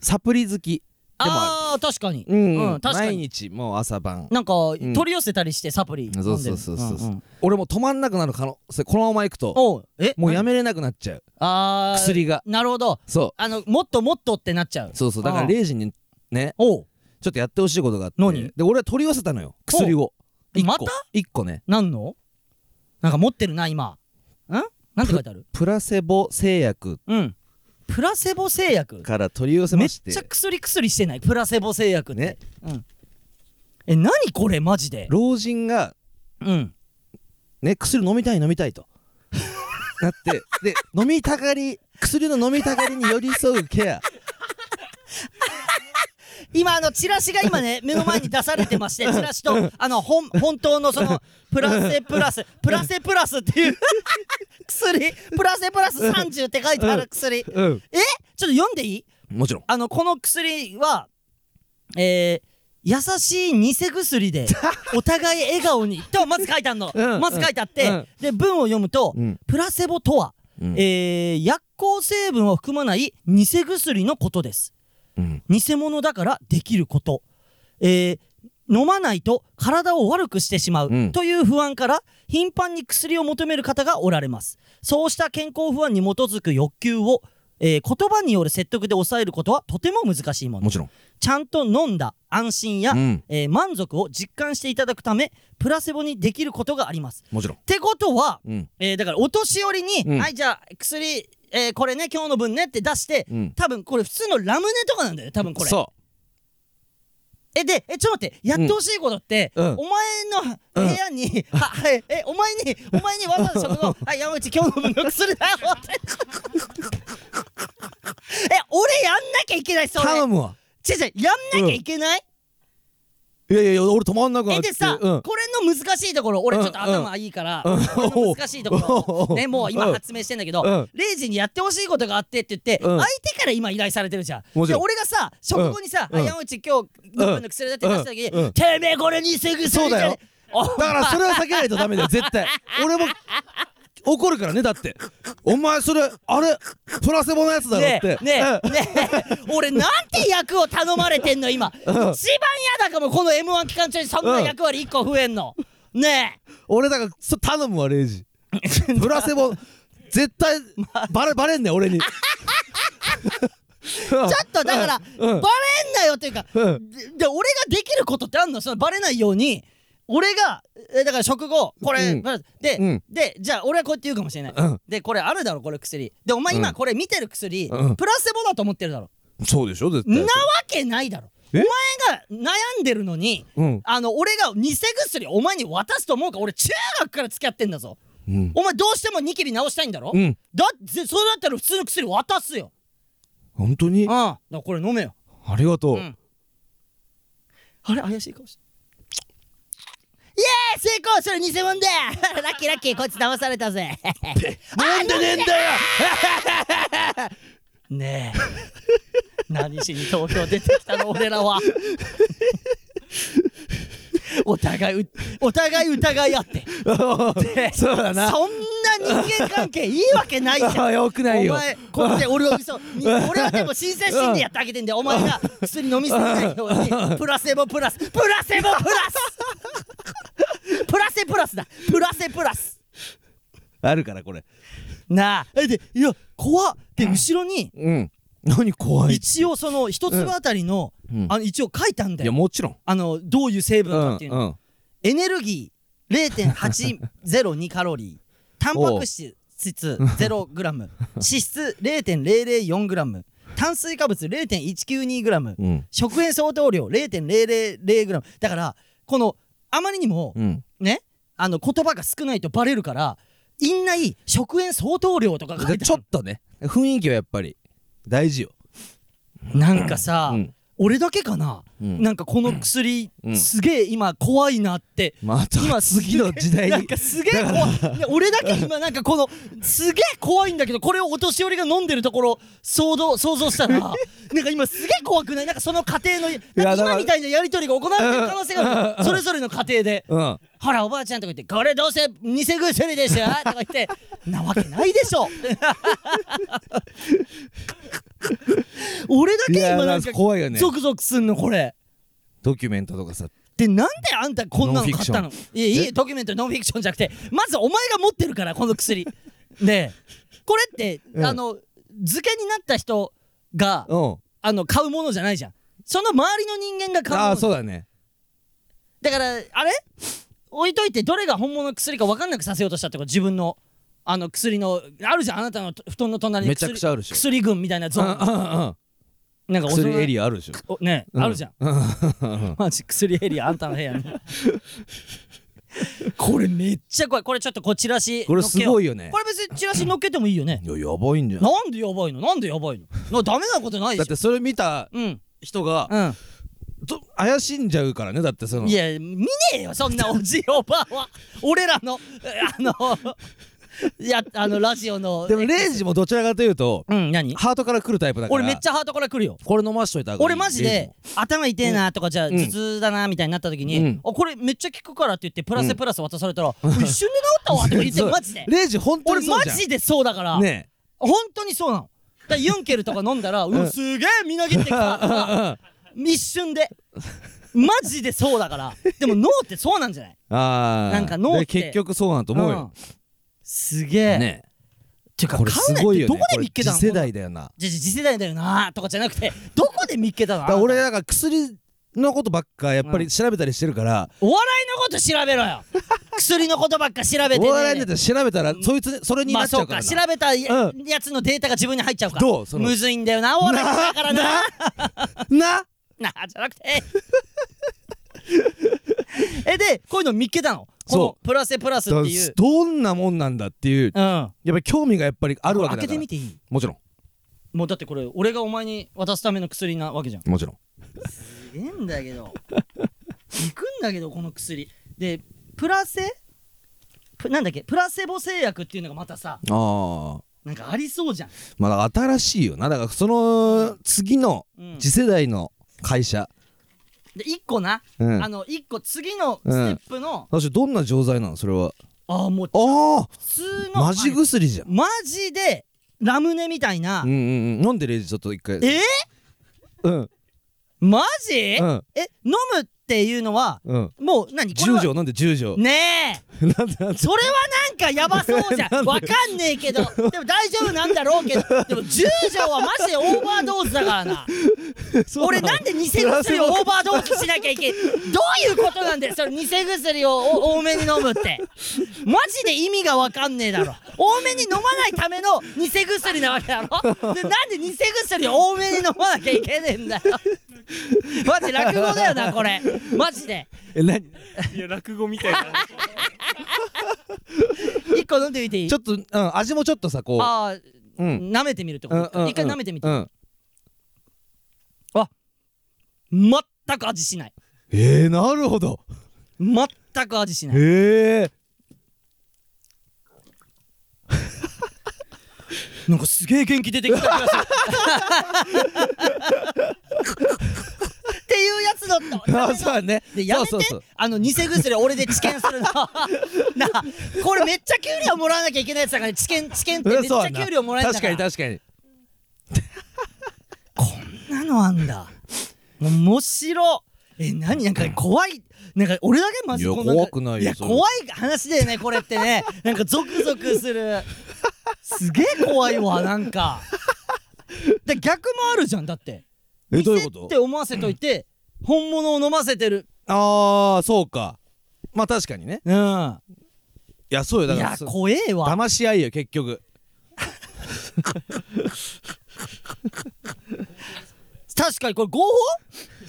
Speaker 2: サプリ好きでもあ
Speaker 1: ああー確かに、
Speaker 2: るうん、
Speaker 1: うん確か
Speaker 2: 毎
Speaker 1: に
Speaker 2: 日もう朝晩
Speaker 1: なんか
Speaker 2: ん
Speaker 1: 取り寄せたりしてサプリ飲んでる
Speaker 2: そうそうそうそう,、
Speaker 1: んん
Speaker 2: 俺もう止まんなくなる可能性このまま行くと
Speaker 1: おうえ
Speaker 2: もうやめれなくなっちゃう
Speaker 1: あー
Speaker 2: 薬が
Speaker 1: なるほど
Speaker 2: そ
Speaker 1: あのもっともっとってなっちゃう
Speaker 2: うそうそうだから
Speaker 1: あー
Speaker 2: 0時にね
Speaker 1: おう
Speaker 2: ちょっとやってほしいことがあって
Speaker 1: 何
Speaker 2: で俺は取り寄せたのよ薬を
Speaker 1: お
Speaker 2: 一個
Speaker 1: また
Speaker 2: 1個ね
Speaker 1: なんのなんか持ってるな今んなんて書いてある
Speaker 2: プラセボ製薬
Speaker 1: うんプラセボ製薬
Speaker 2: から取り寄せ
Speaker 1: め
Speaker 2: ま
Speaker 1: っ
Speaker 2: して
Speaker 1: ちゃ薬薬してないプラセボ製薬って
Speaker 2: ね
Speaker 1: うんえ何これマジで
Speaker 2: 老人が
Speaker 1: うん
Speaker 2: ね薬飲みたい飲みた いとなってで飲みたがり薬の飲みたがりに寄り添うケア
Speaker 1: 今あのチラシが今 ね目の前に出されてましてチラシとあの本本当のそ のプラセプラスプラセプラスっていう薬プラセプラス30って書いてある薬ちょっ
Speaker 2: うん
Speaker 1: と読んでいい
Speaker 2: もちろん
Speaker 1: あのこの薬はえー優しい偽薬 でお互い笑顔にとまず書いてあるの、
Speaker 2: うん
Speaker 1: まず書いてあって、
Speaker 2: うん
Speaker 1: で文を読むと、
Speaker 2: うん
Speaker 1: プラセボとは、
Speaker 2: うん
Speaker 1: えー薬効成分を含まない偽薬のことです
Speaker 2: うん
Speaker 1: 偽物だからできること、えー飲まないと体を悪くしてしまう、
Speaker 2: うん
Speaker 1: という不安から頻繁に薬を求める方がおられますそうした健康不安に基づく欲求を、えー言葉による説得で抑えることはとても難しいもの
Speaker 2: もちろん
Speaker 1: ちゃんと飲んだ安心や、
Speaker 2: うん
Speaker 1: えー満足を実感していただくためプラセボにできることがあります
Speaker 2: もちろん
Speaker 1: ってことは、
Speaker 2: うん
Speaker 1: えーだからお年寄りに、
Speaker 2: うん
Speaker 1: はいじゃあ薬、えーこれね今日の分ねって出して、
Speaker 2: うん
Speaker 1: 多分これ普通のラムネとかなんだよ多分これ
Speaker 2: そ
Speaker 1: えでえちょっと待ってやってほしいことって、
Speaker 2: うん
Speaker 1: お前の部屋に、ははいえお前にお前にわざわざ食 堂はい山内今日の分の薬だよって え俺やんなきゃいけないそうれ
Speaker 2: 頼むわ
Speaker 1: 違う違うやんなきゃいけない、
Speaker 2: いやいやいや俺止まんなくなっ
Speaker 1: え
Speaker 2: て
Speaker 1: でさ、
Speaker 2: うん
Speaker 1: これの難しいところ俺ちょっと頭いいから、
Speaker 2: うんうん
Speaker 1: これの難しいと ころ、ね、もう今発明してんだけど、
Speaker 2: うん
Speaker 1: レイジにやってほしいことがあってって言って、
Speaker 2: うん
Speaker 1: 相手から今依頼されてるじゃん
Speaker 2: もち
Speaker 1: で
Speaker 2: ろん
Speaker 1: 俺がさ食後にさ「
Speaker 2: うん
Speaker 1: あ山内今日日本の薬だ」って出した時に「
Speaker 2: うんうん
Speaker 1: てめえこれ偽薬
Speaker 2: そうだよ
Speaker 1: お
Speaker 2: だからそれは避けないとダメだよ絶対俺も怒るからねだってお前それあれプラセボのやつだろっ
Speaker 1: ね
Speaker 2: て
Speaker 1: えねえねえ俺なんて役を頼まれてんの今一番嫌だかもこの m 1期間中にそんな役割1個増えんのねえ
Speaker 2: 俺だからそ頼むわレイジプラセボ絶対バレバレんねん 俺にちょっ
Speaker 1: ちょっとだから、
Speaker 2: うんうん
Speaker 1: バレんなよっていうか、
Speaker 2: うん
Speaker 1: でで俺ができることってあんのそのバレないように俺がえだから食後これ、
Speaker 2: うん
Speaker 1: で、
Speaker 2: うん
Speaker 1: でじゃあ俺はこうやって言うかもしれない、
Speaker 2: うん
Speaker 1: でこれあるだろこれ薬でお前
Speaker 2: う
Speaker 1: 今
Speaker 2: ん
Speaker 1: これ見てる薬、
Speaker 2: うん
Speaker 1: プラセボだと思ってるだろ、
Speaker 2: そうでしょ絶
Speaker 1: な
Speaker 2: 対
Speaker 1: わけないだろお
Speaker 2: え
Speaker 1: 前が悩んでるのに、
Speaker 2: うん
Speaker 1: あの俺が偽薬お前に渡すと思うか俺中学から付き合ってんだぞ
Speaker 2: うん
Speaker 1: お前どうしてもニキビ治したいんだろ、
Speaker 2: うん
Speaker 1: だってそうだったら普通の薬渡すよ
Speaker 2: 本当
Speaker 1: う
Speaker 2: に
Speaker 1: んだからこれ飲めよ
Speaker 2: ありがとう、
Speaker 1: うんあれ怪しい顔してイエーイ成功それ偽物だ ラッキーラッキーこいつ騙されたぜ
Speaker 2: なんでねえんだよ
Speaker 1: ねえ何しに東京出てきたの俺らは お互いうお互い疑いあって
Speaker 2: そうだな
Speaker 1: そんな人間関係いいわけないじゃん
Speaker 2: よくないよ
Speaker 1: お前こっちで俺は 嘘に俺はでも新鮮心でやってあげてんだよお前が薬飲みすぎないよう にプラセボプラスプラセボプラス プラセプラスだプラセプラス
Speaker 2: あるからこれ
Speaker 1: なあえでいや怖っで後ろに
Speaker 2: うん何怖い
Speaker 1: 一応その一粒あたりの,、
Speaker 2: うん
Speaker 1: あの一応書いたんだ
Speaker 2: いや
Speaker 1: よ
Speaker 2: もちろん
Speaker 1: あのどういう成分かっていうの、
Speaker 2: ん
Speaker 1: エネルギー0.802カロリー タンパク質0グラム脂質0.004グラム炭水化物0.192グラム
Speaker 2: うん
Speaker 1: 食塩相当量0.000グラムだからこのあまりにも
Speaker 2: うん
Speaker 1: ねあの言葉が少ないとバレるから院内食塩相当量とか書い
Speaker 2: で
Speaker 1: て
Speaker 2: ち
Speaker 1: あ
Speaker 2: ょっとね雰囲気はやっぱり大事よ
Speaker 1: るなんかさ、
Speaker 2: うん
Speaker 1: 俺だけかな、
Speaker 2: うん
Speaker 1: なんかこの薬、
Speaker 2: うん
Speaker 1: すげえ今怖いなって
Speaker 2: また
Speaker 1: 今すげえ
Speaker 2: 次の時 代
Speaker 1: なん
Speaker 2: に
Speaker 1: かすげえ怖いいや俺だけ今なんかこのすげえ怖いんだけどこれをお年寄りが飲んでるところ想像想像 したらなんか今すげえ怖くないなんかその家庭のなんか
Speaker 2: だか
Speaker 1: ら今みたいなやり取りが行われてる可能性があるそれぞれの家庭で
Speaker 2: うん
Speaker 1: 「ほらおばあちゃん」とか言って「これどうせ偽薬でしょ」 とか言って「なわけないでしょ」俺だけ
Speaker 2: いや
Speaker 1: 今なん
Speaker 2: ま
Speaker 1: か
Speaker 2: あ怖いよね
Speaker 1: ゾクゾクすんのこれ。
Speaker 2: ドキュメントとかさ
Speaker 1: でなんであんたこんなの買った
Speaker 2: ノ
Speaker 1: のいやいいドキュメントノンフィクションじゃなくてまずお前が持ってるからこの薬ねえこれって、
Speaker 2: うん
Speaker 1: あの漬けになった人が
Speaker 2: うん
Speaker 1: あの買うものじゃないじゃんその周りの人間が買うも
Speaker 2: あ
Speaker 1: の
Speaker 2: あそうだね
Speaker 1: だからあれ置いといてどれが本物の薬か分かんなくさせようとしたってこと自分のあの薬のあるじゃんあなたの布団の隣に
Speaker 2: めちゃくちゃあるでしょ
Speaker 1: 薬軍みたいなゾ
Speaker 2: うんう
Speaker 1: ーン
Speaker 2: んうん
Speaker 1: なんか
Speaker 2: 薬エ
Speaker 1: リ
Speaker 2: リアあるでしょ
Speaker 1: アねえ、
Speaker 2: うん
Speaker 1: あるじゃん
Speaker 2: うん
Speaker 1: マジ薬エリアあんたの部屋にこれめっちゃ怖いこれちょっとこうチラシ
Speaker 2: これすご
Speaker 1: い
Speaker 2: いよね
Speaker 1: これ別にチラシ乗っけてもいいよね
Speaker 2: いややばいんじゃん
Speaker 1: なんでやばいのなんでやばいのなダメなことないで
Speaker 2: だ
Speaker 1: しょ
Speaker 2: ってそれ見た
Speaker 1: うん
Speaker 2: 人が
Speaker 1: うん、
Speaker 2: と怪しんじゃうからねだってその
Speaker 1: いや見ねえよそんなおじいおばあは俺らのえあの いやあのラジオの
Speaker 2: でも
Speaker 1: え
Speaker 2: レイジもどちらかというと
Speaker 1: うん何
Speaker 2: ハートから来るタイプだから
Speaker 1: 俺めっちゃハートから来るよ
Speaker 2: これ飲ましといた方がいい
Speaker 1: 俺マジで頭痛えなとかじゃあ
Speaker 2: うん
Speaker 1: 頭痛だなみたいになった時に、
Speaker 2: うん
Speaker 1: あこれめっちゃ効くからって言ってプラス
Speaker 2: うん
Speaker 1: プラス渡されたら、一瞬で治ったわとか言って
Speaker 2: そう
Speaker 1: マジで
Speaker 2: レイジ本当
Speaker 1: 俺
Speaker 2: にそう
Speaker 1: マ
Speaker 2: じゃん
Speaker 1: ジでそうだから、
Speaker 2: ね
Speaker 1: 本当にそうなのだからユンケルとか飲んだらうわすげえみなぎってきたと
Speaker 2: えう
Speaker 1: か
Speaker 2: んうん
Speaker 1: 一瞬でマジでそうだからでも脳ってそうなんじゃない
Speaker 2: ああ
Speaker 1: なんか脳って
Speaker 2: 結局そうなんと思うよ
Speaker 1: んすげえ、
Speaker 2: ね
Speaker 1: てか
Speaker 2: これすごいよ
Speaker 1: 買うなってど
Speaker 2: ね
Speaker 1: こで
Speaker 2: こ
Speaker 1: 見
Speaker 2: れ
Speaker 1: っけた
Speaker 2: 次
Speaker 1: の
Speaker 2: 世代だよな
Speaker 1: じゃじゃ次世代だよなとかじゃなくてどこで見っけたの
Speaker 2: だから俺
Speaker 1: あなた
Speaker 2: だから薬のことばっかやっぱり調べたりしてるから
Speaker 1: お笑いのこと調べろ よ薬のことばっか調べてね
Speaker 2: お笑いにだって調べたらそいつそれに
Speaker 1: ま
Speaker 2: な
Speaker 1: あ
Speaker 2: っちゃ
Speaker 1: そう
Speaker 2: うか
Speaker 1: から調
Speaker 2: な
Speaker 1: べたや,、
Speaker 2: う
Speaker 1: つのデータが自分に入っちゃうから
Speaker 2: どうその
Speaker 1: むずいんだよなお笑いだからな
Speaker 2: な
Speaker 1: なあじゃなくて えでこういうの見っけたのこの
Speaker 2: そ
Speaker 1: プラセプラスっていう
Speaker 2: どんなもんなんだっていう
Speaker 1: うんあ
Speaker 2: やっぱり興味がやっぱりあるわ
Speaker 1: 開
Speaker 2: けだ
Speaker 1: け
Speaker 2: か
Speaker 1: て
Speaker 2: ら
Speaker 1: みていい
Speaker 2: もちろん
Speaker 1: もうだってこれ俺がお前に渡すための薬なわけじゃん
Speaker 2: もちろん
Speaker 1: ええんだけ どいくんだけどこの薬でプラセプなんだっけプラセボ製薬っていうのがまたさ
Speaker 2: ああ
Speaker 1: なんかありそうじゃん、
Speaker 2: まあだから新しいよなだからその次の
Speaker 1: うん、
Speaker 2: 次世代の会社
Speaker 1: で1個な、
Speaker 2: うん
Speaker 1: あの1個次のステップの、
Speaker 2: 私どんな錠剤なのそれは
Speaker 1: ああもう
Speaker 2: あ
Speaker 1: 普通
Speaker 2: あ
Speaker 1: の
Speaker 2: マジ
Speaker 1: あの
Speaker 2: 薬じゃん
Speaker 1: マジでラムネみたいな、
Speaker 2: うんうんうん飲んでレイジちょっと一回
Speaker 1: えー
Speaker 2: うん
Speaker 1: マジ、
Speaker 2: うん
Speaker 1: え飲むっていうのは
Speaker 2: うん
Speaker 1: もう何これ
Speaker 2: 10
Speaker 1: は
Speaker 2: 条なんで10条
Speaker 1: ねえ
Speaker 2: なんでなんで
Speaker 1: それはなんかやばそうじゃ
Speaker 2: なん
Speaker 1: ん
Speaker 2: で
Speaker 1: わかんねえけどでも大丈夫なんだろうけどでも10錠はマジでオーバードーズだからな
Speaker 2: そう
Speaker 1: 俺
Speaker 2: なの
Speaker 1: なんで偽薬をオーバードーズしなきゃいけないどういうことなんだよそれ偽薬をお多めに飲むってマジで意味がわかんねえだろ多めに飲まないための偽薬なわけだろでなんで偽薬を多めに飲まなきゃいけねえんだよマジ落語だよなこれマジで
Speaker 2: え何
Speaker 3: いや落語みたいな
Speaker 1: 一個飲んでみていい
Speaker 2: ちょっと、うん、味もちょっとさこう
Speaker 1: ああ
Speaker 2: うん
Speaker 1: 舐めてみるってこ
Speaker 2: うん
Speaker 1: と
Speaker 2: うんうん
Speaker 1: 一回舐めてみて
Speaker 2: うん
Speaker 1: 全く味しない
Speaker 2: えー、なるほど
Speaker 1: 全く味しない
Speaker 2: ええ
Speaker 1: なんかすげえ元気出てきた気がするっていうやつだった
Speaker 2: ー、
Speaker 1: わ
Speaker 2: あ そうだね
Speaker 1: でやめて
Speaker 2: そうそうそう
Speaker 1: あの偽薬俺で治験するの なあこれめっちゃ給料もらわなきゃいけないやつだから治験治験ってめっち
Speaker 2: そう
Speaker 1: ゃ
Speaker 2: やな
Speaker 1: 給料もらえるんだか
Speaker 2: 確からに確かに
Speaker 1: こんなのあんだ面白え何なんか怖いなんか俺だけマジ
Speaker 2: いや
Speaker 1: こんなんか
Speaker 2: 怖くないよ
Speaker 1: いや
Speaker 2: それ
Speaker 1: 怖い話だよねこれって ねなんかゾクゾクするすげえ怖いわなんかで逆もあるじゃんだって
Speaker 2: えどういう
Speaker 1: 店
Speaker 2: こ
Speaker 1: っ
Speaker 2: と
Speaker 1: て思わせといて本物を飲ませてる
Speaker 2: ああそうかまあ確かにね
Speaker 1: うんい
Speaker 2: いやそうよだから
Speaker 1: や
Speaker 2: そ
Speaker 1: 怖えわ
Speaker 2: 騙し合いよ結局
Speaker 1: 確かにこれ合法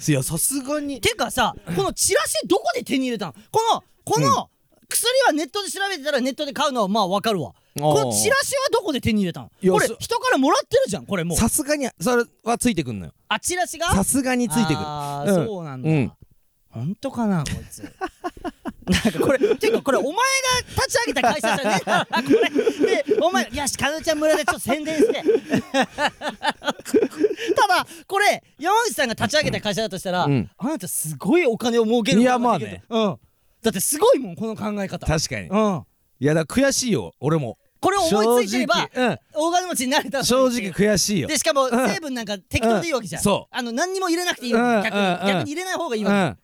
Speaker 2: いやさすがに
Speaker 1: てかさこのチラシどこで手に入れたのこのこの薬はネットで調べてたらネットで買うのはまあわかるわ
Speaker 2: あー
Speaker 1: このチラシはどこで手に入れたの
Speaker 2: いや
Speaker 1: これ
Speaker 2: そ
Speaker 1: 人からもらってるじゃんこれもう
Speaker 2: さすがにそれはついてくんのよ
Speaker 1: あチラシが
Speaker 2: さすがについてくる
Speaker 1: あ
Speaker 2: う
Speaker 1: ー
Speaker 2: ん
Speaker 1: そうなんだ、
Speaker 2: うん
Speaker 1: 本当かなこいつなんかこれていうかこれお前が立ち上げた会社じゃねえからなこれでお前よしかのちゃん村でちょっと宣伝 してただこれ山口さんが立ち上げた会社だとしたら、
Speaker 2: うん
Speaker 1: あなたすごいお金を儲けることができる
Speaker 2: いや
Speaker 1: うんだってすごいもんこの考え方
Speaker 2: 確かに
Speaker 1: うん
Speaker 2: いやだから悔しいよ俺も
Speaker 1: これを思いついてれば
Speaker 2: 正直
Speaker 1: 大金持ちになれた
Speaker 2: う
Speaker 1: の
Speaker 2: ん
Speaker 1: に
Speaker 2: 正直悔しいよ
Speaker 1: でしかも
Speaker 2: ん
Speaker 1: 成分なんか適当でいいわけじゃん、
Speaker 2: うんそう
Speaker 1: あの何にも入れなくていいわけ、
Speaker 2: うん
Speaker 1: 逆
Speaker 2: うん
Speaker 1: に
Speaker 2: うん
Speaker 1: 逆に入れない方がいいわけ、
Speaker 2: うん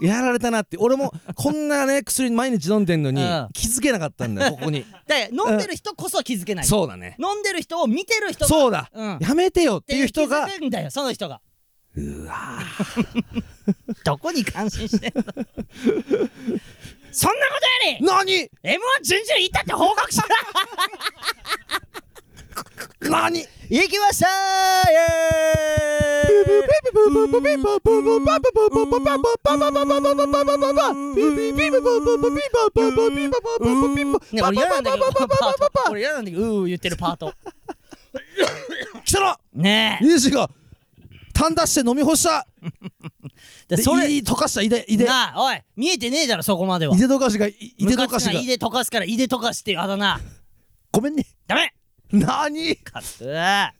Speaker 2: やられたなって俺もこんなね薬毎日飲んでんのに
Speaker 1: うん
Speaker 2: 気づけなかったんだよ ここに
Speaker 1: だから飲んでる人こそ気づけない、
Speaker 2: そうだね
Speaker 1: 飲んでる人を見てる人が
Speaker 2: そうだ
Speaker 1: うん、っ
Speaker 2: やめてよっていう人が
Speaker 1: 気づくんだよその人がうわ どこに感心してんのそんなことより
Speaker 2: 何
Speaker 1: m 1準々いったって報告しろ
Speaker 2: 何
Speaker 1: 行きましたーイエーイね俺嫌なんだけどこのパート俺嫌なんだけどうー言ってるパート
Speaker 2: 来たな
Speaker 1: ねえ
Speaker 2: ユージが痰出して飲み干した
Speaker 1: で
Speaker 2: で
Speaker 1: それ
Speaker 2: 胃溶かした胃で胃で
Speaker 1: なあおい見えてねえだろそこまでは
Speaker 2: 胃で溶かしが胃胃で
Speaker 1: ム
Speaker 2: 溶
Speaker 1: カ
Speaker 2: か
Speaker 1: つくな
Speaker 2: しが
Speaker 1: 胃で溶かすから胃で溶かしっていうあだ名
Speaker 2: ごめんね
Speaker 1: ダメ
Speaker 2: 何
Speaker 1: かつうわ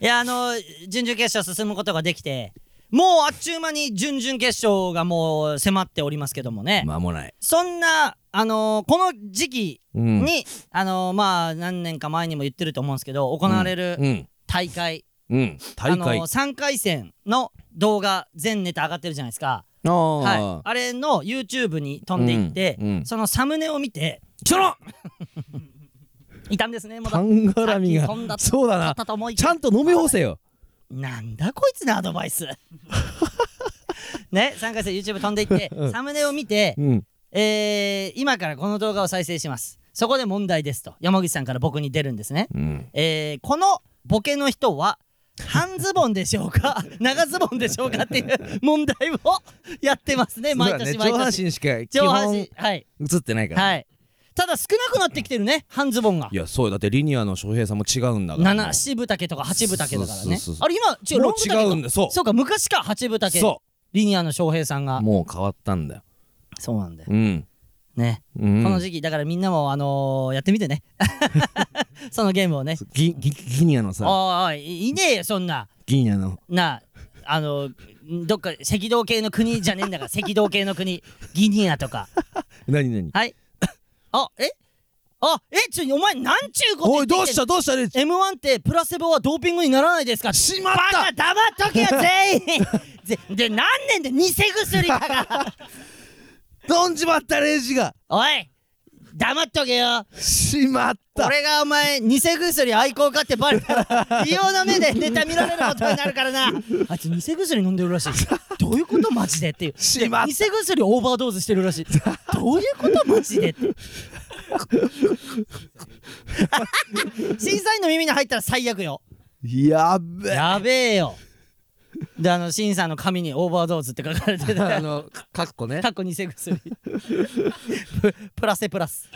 Speaker 1: い やあの準々決勝進むことができてもうあっちゅう間に準々決勝がもう迫っておりますけどもね、
Speaker 2: 間もない
Speaker 1: そんなあのこの時期
Speaker 2: うん
Speaker 1: に、あのまあ何年か前にも言ってると思うんですけど行われる
Speaker 2: うん
Speaker 1: 大会、
Speaker 2: うん大
Speaker 1: あ
Speaker 2: 会
Speaker 1: の3回戦の動画全ネタ上がってるじゃないですか
Speaker 2: あ
Speaker 1: あ,、はい、あれの YouTube に飛んでいって、
Speaker 2: うんうん
Speaker 1: そのサムネを見て
Speaker 2: いち ょろ
Speaker 1: いたんですねまだ
Speaker 2: 痰絡み
Speaker 1: さっき飛んだ
Speaker 2: がそうだ
Speaker 1: あっ
Speaker 2: な
Speaker 1: たと思いき
Speaker 2: ち
Speaker 1: や
Speaker 2: ゃんと飲み干せよ
Speaker 1: なんだこいつのアドバイスね3回戦 YouTube 飛んでい ってサムネを見て、
Speaker 2: うん
Speaker 1: えー今からこの動画を再生しますそこで問題ですと山口さんから僕に出るんですね、
Speaker 2: うん
Speaker 1: えーこのボケの人は半ズボンでしょう か長ズボンでしょうかっていう問題をやってますね毎年
Speaker 2: そうだね
Speaker 1: 毎
Speaker 2: 上半
Speaker 1: 年
Speaker 2: 身しか基
Speaker 1: 上半
Speaker 2: 本
Speaker 1: 身はい
Speaker 2: 映ってないから
Speaker 1: はいただ少なくなってきてるね半ズボンが
Speaker 2: いやそうよだってリニアの翔平さんも違うんだから
Speaker 1: 7七分丈とか八分丈だからね
Speaker 2: そうそうそうそう
Speaker 1: あれ今違う
Speaker 2: も
Speaker 1: ロ
Speaker 2: う
Speaker 1: ング丈
Speaker 2: 違う
Speaker 1: か
Speaker 2: んだそう
Speaker 1: そうか昔か八分丈
Speaker 2: そ
Speaker 1: リニアの翔平さん
Speaker 2: う
Speaker 1: が
Speaker 2: もう変わったんだよ
Speaker 1: そうなんだよ
Speaker 2: うん
Speaker 1: ね、
Speaker 2: うん
Speaker 1: この時期だからみんなもあのーやってみて ねそのゲームをね
Speaker 2: ギギギニアのさ
Speaker 1: おいおいいねえよそんな
Speaker 2: ギニアの
Speaker 1: なああのどっか赤道系の国じゃねえんだ から赤道系の国ギニアとか
Speaker 2: 何何
Speaker 1: はいあえあえちょお前なんちゅうこと言
Speaker 2: お
Speaker 1: っ
Speaker 2: い
Speaker 1: て
Speaker 2: ど
Speaker 1: き
Speaker 2: う
Speaker 1: てん
Speaker 2: したどうしたリッチ
Speaker 1: M1 ってプラセボはドーピングにならないですか
Speaker 2: しまっ
Speaker 1: バカ
Speaker 2: た
Speaker 1: 黙っとけよ全 員ぜで何年で偽薬だから
Speaker 2: どんじまったレイジが
Speaker 1: おい黙っとけよ
Speaker 2: しまった
Speaker 1: 俺がお前偽薬愛好家ってバレた ら異様な目でネタ見られることになるからなあいつ偽薬飲んでるらしいどういうことマジでっていう
Speaker 2: しまっ
Speaker 1: 偽薬オーバードーズしてるらしいどういうことマジでって 審査員の耳に入ったら最悪よ
Speaker 2: やっべ
Speaker 1: やべえよであの審査の紙にオーバードーズって書かれてて
Speaker 2: あのかっこね
Speaker 1: かっこ偽薬プ プラセプラス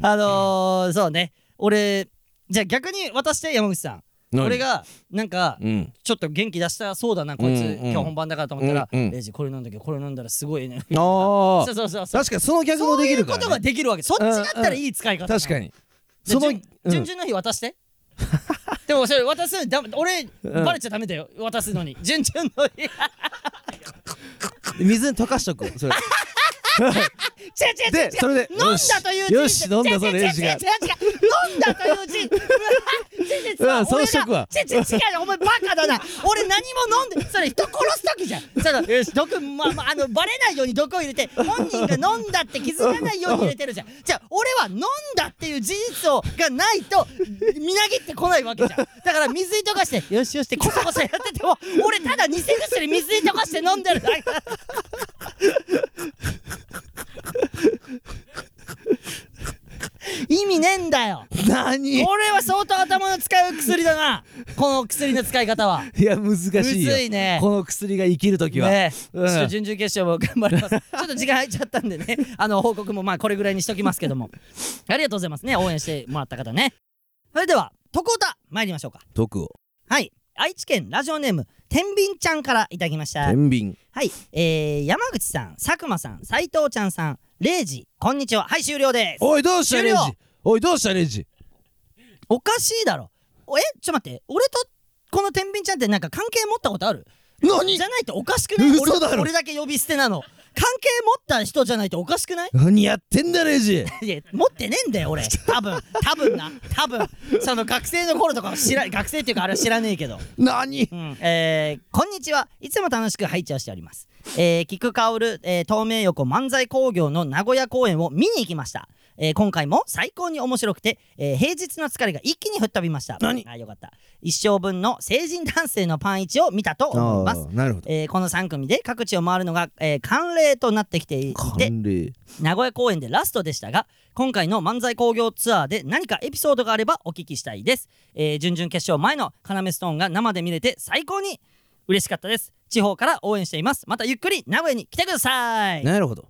Speaker 1: あのー、そうね俺じゃあ逆に渡して山口さん
Speaker 2: 何
Speaker 1: 俺がなんか
Speaker 2: うん
Speaker 1: ちょっと元気出したそうだなこいつ、
Speaker 2: うんうん
Speaker 1: 今日本番だからと思ったら「
Speaker 2: うんうん
Speaker 1: レイジこれ飲んだけどこれ飲んだらすごいね」
Speaker 2: あー
Speaker 1: そうそうそうそう
Speaker 2: 確かにその逆もできるか
Speaker 1: そういうこと
Speaker 2: ら
Speaker 1: が
Speaker 2: ね
Speaker 1: できるわけそっちだったらいい使い方なの
Speaker 2: 確かに
Speaker 1: じゃ
Speaker 2: そ
Speaker 1: あ
Speaker 2: の
Speaker 1: 順順々の日渡して。でもそれ渡すだ俺、
Speaker 2: うん
Speaker 1: バレちゃダメだよ渡すのに順々の日違う違
Speaker 2: うん水に溶かしとくそ れ
Speaker 1: う違う違う
Speaker 2: でそれで
Speaker 1: 飲んだという
Speaker 2: よしよし飲んだぞ
Speaker 1: 違う違う
Speaker 2: レイジが
Speaker 1: 違う違う違う飲んだという字う
Speaker 2: うんそうしとくわ
Speaker 1: 違 う違う違うお前バカだな俺何も飲んでそれ人殺す時じゃんそのよし毒、ままあのバレないように毒を入れて本人が飲んだって気づかないように入れてるじゃんじゃあ俺は飲んだっていう事実をがないとみなぎってこないわけじゃんだから水に溶かしてよしよしってコソコソやってても俺ただ偽薬水に溶かして飲んでるだけ意味ねえんだよ
Speaker 2: 何 い
Speaker 1: これは相当頭の使う薬だなこの薬の使い方は
Speaker 2: や難しいよ
Speaker 1: むずいね
Speaker 2: この薬が生きる時は
Speaker 1: ねえ、
Speaker 2: うん
Speaker 1: ちょっと準々決勝も頑張ります ちょっと時間空いちゃったんでねあの報告もまあこれぐらいにしときますけ どもありがとうございますね応援してもらった方ねそれでは徳田参りましょうか
Speaker 2: 毒を
Speaker 1: はい愛知県ラジオネーム天秤ちゃんからいただきました
Speaker 2: 天秤
Speaker 1: はい、えー、山口さん佐久間さん斉藤ちゃんさんレイジこんにちははい終了です
Speaker 2: おいどうした
Speaker 1: 終
Speaker 2: レイ
Speaker 1: 了
Speaker 2: ジおいどうしたレイジ
Speaker 1: おかしいだろおえちょっと待って俺とこの天秤ちゃんってなんか関係持ったことある
Speaker 2: 何
Speaker 1: じゃないとおかしくない
Speaker 2: 嘘だろ
Speaker 1: 俺俺だけ呼び捨てなの関係持った人じゃないとおかしくない
Speaker 2: 何やってんだレイジ
Speaker 1: いや持ってねえんだよ 俺多分多分な多分その学生の頃とかは知ら学生っていうかあれは知らねえけど
Speaker 2: 何
Speaker 1: うんえーこんにちはいつも楽しく拝聴しております、えー、菊薫、えー、東名横漫才工業の名古屋公演を見に行きました、えー今回も最高に面白くて、えー平日の疲れが一気に吹っ飛びました
Speaker 2: 何
Speaker 1: あよかった一生分の成人男性のパンチを見たと思います
Speaker 2: ーなるほど
Speaker 1: えーこの3組で各地を回るのが、えー慣例となってきていて
Speaker 2: 寒冷
Speaker 1: 名古屋公演でラストでしたが今回の漫才興行ツアーで何かエピソードがあればお聞きしたいです、えー準々決勝前の要ストーンが生で見れて最高に嬉しかったです地方から応援していますまたゆっくり名古屋に来てください
Speaker 2: なるほど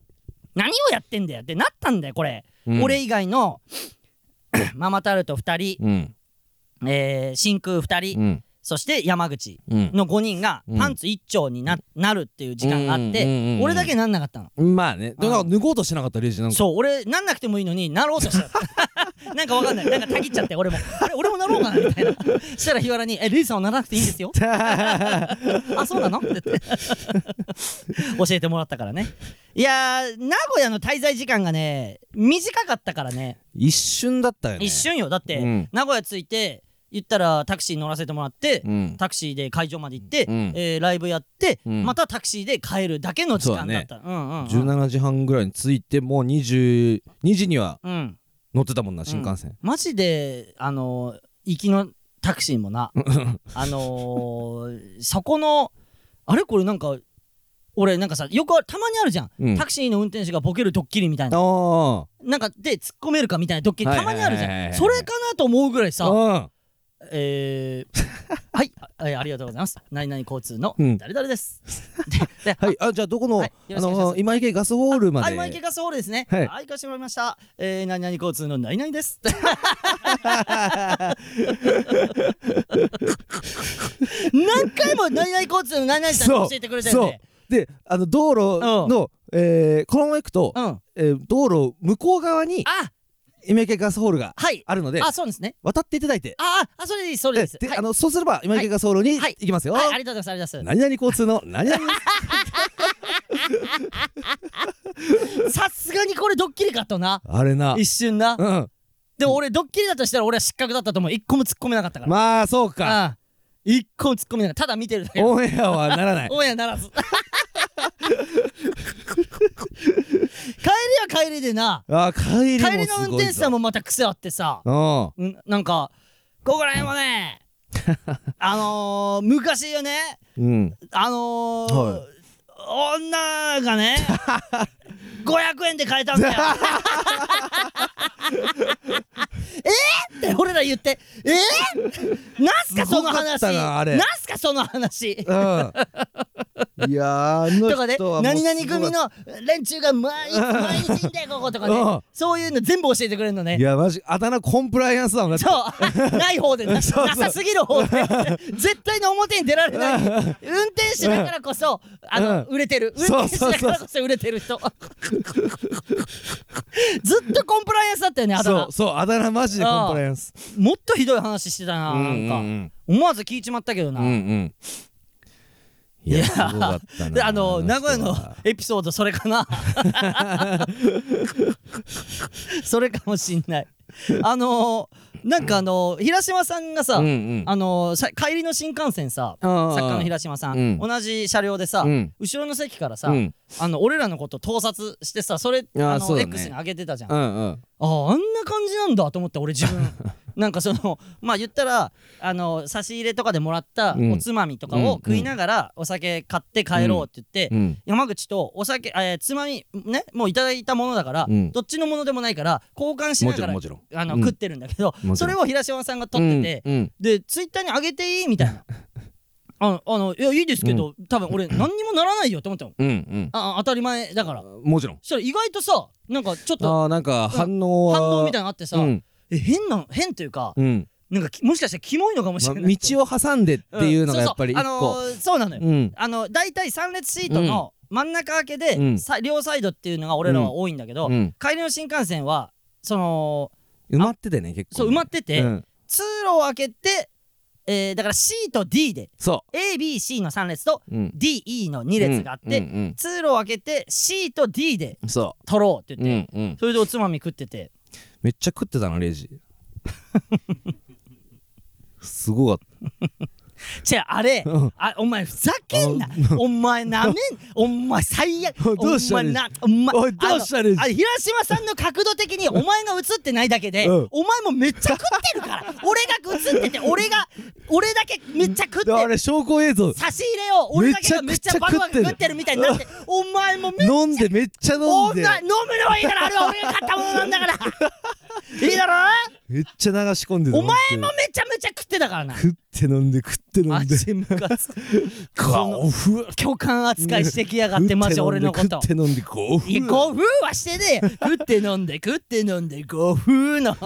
Speaker 1: 何をやってんだよってなったんだよこれ、
Speaker 2: うん
Speaker 1: 俺以外の ママタルト2人、
Speaker 2: うん
Speaker 1: えー真空2人、
Speaker 2: うん
Speaker 1: そして山口
Speaker 2: うん
Speaker 1: の5人が
Speaker 2: うん
Speaker 1: パンツ1丁にな,、なるっていう時間があっ
Speaker 2: うんうんうんう
Speaker 1: て
Speaker 2: ん
Speaker 1: 俺だけなんなかったの
Speaker 2: まあね
Speaker 1: うん
Speaker 2: なんか脱ごうとしてなかったレイジなんか
Speaker 1: そう俺なんなくてもいいのになろうとした なんかわかんないなんかたぎっちゃって俺もあれ俺もなろうかなみたいな したら日原に「えレイさんはならなくていいんですよ」 あそうなの?」って言って 教えてもらったからねいやー名古屋の滞在時間がね短かったからね
Speaker 2: 一瞬だったよね
Speaker 1: 一瞬よだって、
Speaker 2: うん
Speaker 1: 名古屋着いて言ったらタクシーに乗らせてもらって、
Speaker 2: うん
Speaker 1: タクシーで会場まで行って、
Speaker 2: うん
Speaker 1: えーライブやって、
Speaker 2: うん
Speaker 1: またタクシーで帰るだけの時間だったう,、んうん、うん
Speaker 2: 17時半ぐらいに着いてもう22時には
Speaker 1: うん、
Speaker 2: 乗ってたもんな新幹線
Speaker 1: マジであの行きのタクシーも なあのーそこのあれこれなんか俺なんかさよくあるたまにあるじゃん、
Speaker 2: うん
Speaker 1: タクシーの運転手がボケるドッキリみたい
Speaker 2: あ
Speaker 1: な
Speaker 2: あ
Speaker 1: なんかで突っ込めるかみたいなドッキリ
Speaker 2: はい
Speaker 1: た
Speaker 2: はい
Speaker 1: ま
Speaker 2: はい
Speaker 1: に
Speaker 2: は
Speaker 1: あ
Speaker 2: い
Speaker 1: るじゃんそれかなと思うぐらいさ
Speaker 2: あ
Speaker 1: え ー、はいあえーありがとうございます何々交通の
Speaker 2: うん
Speaker 1: 誰々 です、で
Speaker 2: はいあじゃあどこの
Speaker 1: は
Speaker 2: あ
Speaker 1: いよろしくお願いします
Speaker 2: の今池ガスホールま
Speaker 1: は
Speaker 2: で
Speaker 1: い、マイケガスホールですね。は、
Speaker 2: はいい
Speaker 1: 行かしてもらいました。えー、何々交通の何々 です。何回も何々交通の何々さん
Speaker 2: そ
Speaker 1: 教
Speaker 2: う
Speaker 1: えてくれたよね。
Speaker 2: であの道路のえーこのまま行くと
Speaker 1: うん。あ、
Speaker 2: えー道路向こう側に今池ガスホールが
Speaker 1: はい。
Speaker 2: あるので
Speaker 1: あ、そうですね。
Speaker 2: 渡っていただいて
Speaker 1: あ、あ、あそれです、それ
Speaker 2: え
Speaker 1: です。
Speaker 2: で
Speaker 1: はい
Speaker 2: あ、のそうすれば今池ガスホールに
Speaker 1: はい
Speaker 2: 行きます よ
Speaker 1: はい、ありがとうございます、ありがとうございます。
Speaker 2: 何々交通の何々
Speaker 1: さすがにこれドッキリかとな
Speaker 2: あれな
Speaker 1: 一瞬な
Speaker 2: うん
Speaker 1: でも俺ドッキリだとしたら俺は失格だったと思う一個も突っ込めなかったから
Speaker 2: まあそうか
Speaker 1: ああ一個も突っ込めなかったただ見てるだけ
Speaker 2: オンエアはならない
Speaker 1: オンエアならず帰りは帰りでな
Speaker 2: あー帰りもすご
Speaker 1: 帰
Speaker 2: い
Speaker 1: り
Speaker 2: ぞ
Speaker 1: の運転手さんもまた癖あってさ
Speaker 2: うん
Speaker 1: うんなんかここら辺も ねあのー、昔よね
Speaker 2: うん
Speaker 1: あのー
Speaker 2: は
Speaker 1: 女が ね500円で買えたんだよえーって俺ら言ってえー、なんすかその
Speaker 2: すごかっ
Speaker 1: 話
Speaker 2: たなあれ
Speaker 1: なんすかその話
Speaker 2: うん いやーあの
Speaker 1: とかで
Speaker 2: 人はもう
Speaker 1: 何
Speaker 2: すご
Speaker 1: 々
Speaker 2: い
Speaker 1: 組の連中が毎日毎日いんだよこことか
Speaker 2: うん
Speaker 1: ねそういうの全部教えてくれるのね
Speaker 2: いやマジあだ名コンプライアンスだもんだって
Speaker 1: そう ない方でなな
Speaker 2: そうそう
Speaker 1: さすぎる 方で絶対に表に出られない運転手だからこそあの、
Speaker 2: う
Speaker 1: 売れてる運
Speaker 2: そう
Speaker 1: 転手
Speaker 2: そうそう
Speaker 1: だからこそ売れてる人 ずっとコンプライアンスだったよねあだ
Speaker 2: そ
Speaker 1: 名
Speaker 2: うそうあだ名マジでコンプライアンス
Speaker 1: もっとひどい話してたな,、
Speaker 2: う
Speaker 1: なんか
Speaker 2: ん
Speaker 1: 思わず聞いちまったけどな、
Speaker 2: うんうんいやすごかった
Speaker 1: で
Speaker 2: な
Speaker 1: あの名古屋の
Speaker 2: 人は
Speaker 1: エピソードそれか なそれかもしんないあのなんかあの平島さんがさ、
Speaker 2: うんうん
Speaker 1: あのさ帰りの新幹線さ
Speaker 2: あー
Speaker 1: 作家の平島さん、
Speaker 2: うん
Speaker 1: 同じ車両でさ、
Speaker 2: うん
Speaker 1: 後ろの席からさ、
Speaker 2: うん
Speaker 1: あの俺らのこと盗撮してさそれあの
Speaker 2: そうだね
Speaker 1: X に上げてたじゃん、
Speaker 2: う
Speaker 1: あ
Speaker 2: んうん
Speaker 1: あーあんな感じなんだと思って俺自分 なんかそのまあ言ったらあの差し入れとかでもらった
Speaker 2: うん
Speaker 1: おつまみとか
Speaker 2: うん
Speaker 1: を食いながらお酒買って帰ろうって言って、
Speaker 2: うん
Speaker 1: 山口とお酒、えーつまみねもういただいたものだから、
Speaker 2: うん
Speaker 1: どっちのものでもないから交換し
Speaker 2: も
Speaker 1: な
Speaker 2: ち
Speaker 1: が
Speaker 2: ろん
Speaker 1: ら
Speaker 2: もちろん
Speaker 1: あの、
Speaker 2: うん
Speaker 1: 食ってるんだけど
Speaker 2: ちろん
Speaker 1: それを平島さんが撮ってて、
Speaker 2: うんうん
Speaker 1: でツイッターに上げていいみたい なあのあのいやいいですけど、多分俺何にもならないよって思ったの
Speaker 2: うん
Speaker 1: ああ当たり前だから
Speaker 2: うんもちろん
Speaker 1: そしたら意外とさなんかちょっと
Speaker 2: あーなんか反応は
Speaker 1: 反応みたい
Speaker 2: い
Speaker 1: なのあってさ、
Speaker 2: うん
Speaker 1: え変な変というか、
Speaker 2: うん
Speaker 1: なんかきもしかしたらキモいのかもしれ
Speaker 2: ま
Speaker 1: ない、
Speaker 2: 道を挟んでっていうのがやっぱり一
Speaker 1: うんそうそう
Speaker 2: 個
Speaker 1: あのーそうなのよ、
Speaker 2: うん
Speaker 1: あの大体3列シートの真ん中開けで、
Speaker 2: うん
Speaker 1: さ両サイドっていうのが俺らは多いんだけど、
Speaker 2: うん
Speaker 1: 帰りの新幹線はその
Speaker 2: 埋まっててね結構
Speaker 1: そう埋まってて、
Speaker 2: うん
Speaker 1: 通路を開けて、えーだから C と D で
Speaker 2: そ
Speaker 1: ABC の3列と
Speaker 2: ううん
Speaker 1: DE の2列があって、
Speaker 2: うんうん
Speaker 1: 通路を開けて C と D で
Speaker 2: うんそ
Speaker 1: 取ろうって
Speaker 2: う
Speaker 1: 言
Speaker 2: う
Speaker 1: って、
Speaker 2: んうん
Speaker 1: それでおつまみ食ってて
Speaker 2: めっちゃ食ってたなレ イジすごかっ
Speaker 1: 違うあれ
Speaker 2: たうん
Speaker 1: あお前ふざけんなお前なめんお前最悪
Speaker 2: どうした
Speaker 1: お前なお前
Speaker 2: おいどうしたレイ
Speaker 1: あのあれ
Speaker 2: ジ
Speaker 1: 平島さんの角度的にお前が映ってないだけで、
Speaker 2: うん
Speaker 1: お前もめっちゃ食ってるから 俺が映ってて俺が俺だけめっちゃ食って
Speaker 2: あ
Speaker 1: る
Speaker 2: れ証拠映像
Speaker 1: 差し入れを俺だけがめっちゃバクバク食ってるみたいになってお前もめっちゃ
Speaker 2: 飲んでめっちゃ飲
Speaker 1: お
Speaker 2: ん
Speaker 1: ん
Speaker 2: で
Speaker 1: な飲むのはいいからあれは俺が買ったものなんだから いいだろ
Speaker 2: めっちゃ流し込んでた
Speaker 1: お前
Speaker 2: 本
Speaker 1: もめちゃめちゃ食ってたからな
Speaker 2: 当に食って飲んで食って飲
Speaker 1: マ
Speaker 2: んで
Speaker 1: ジムカつく
Speaker 2: 顔ふわ
Speaker 1: 巨漢扱いしてきやがってマジ俺のこと
Speaker 2: 食って飲んで食って
Speaker 1: い
Speaker 2: 飲
Speaker 1: や
Speaker 2: んでこう
Speaker 1: ごふうはしてねえよ食って飲んで食って飲んでごふう の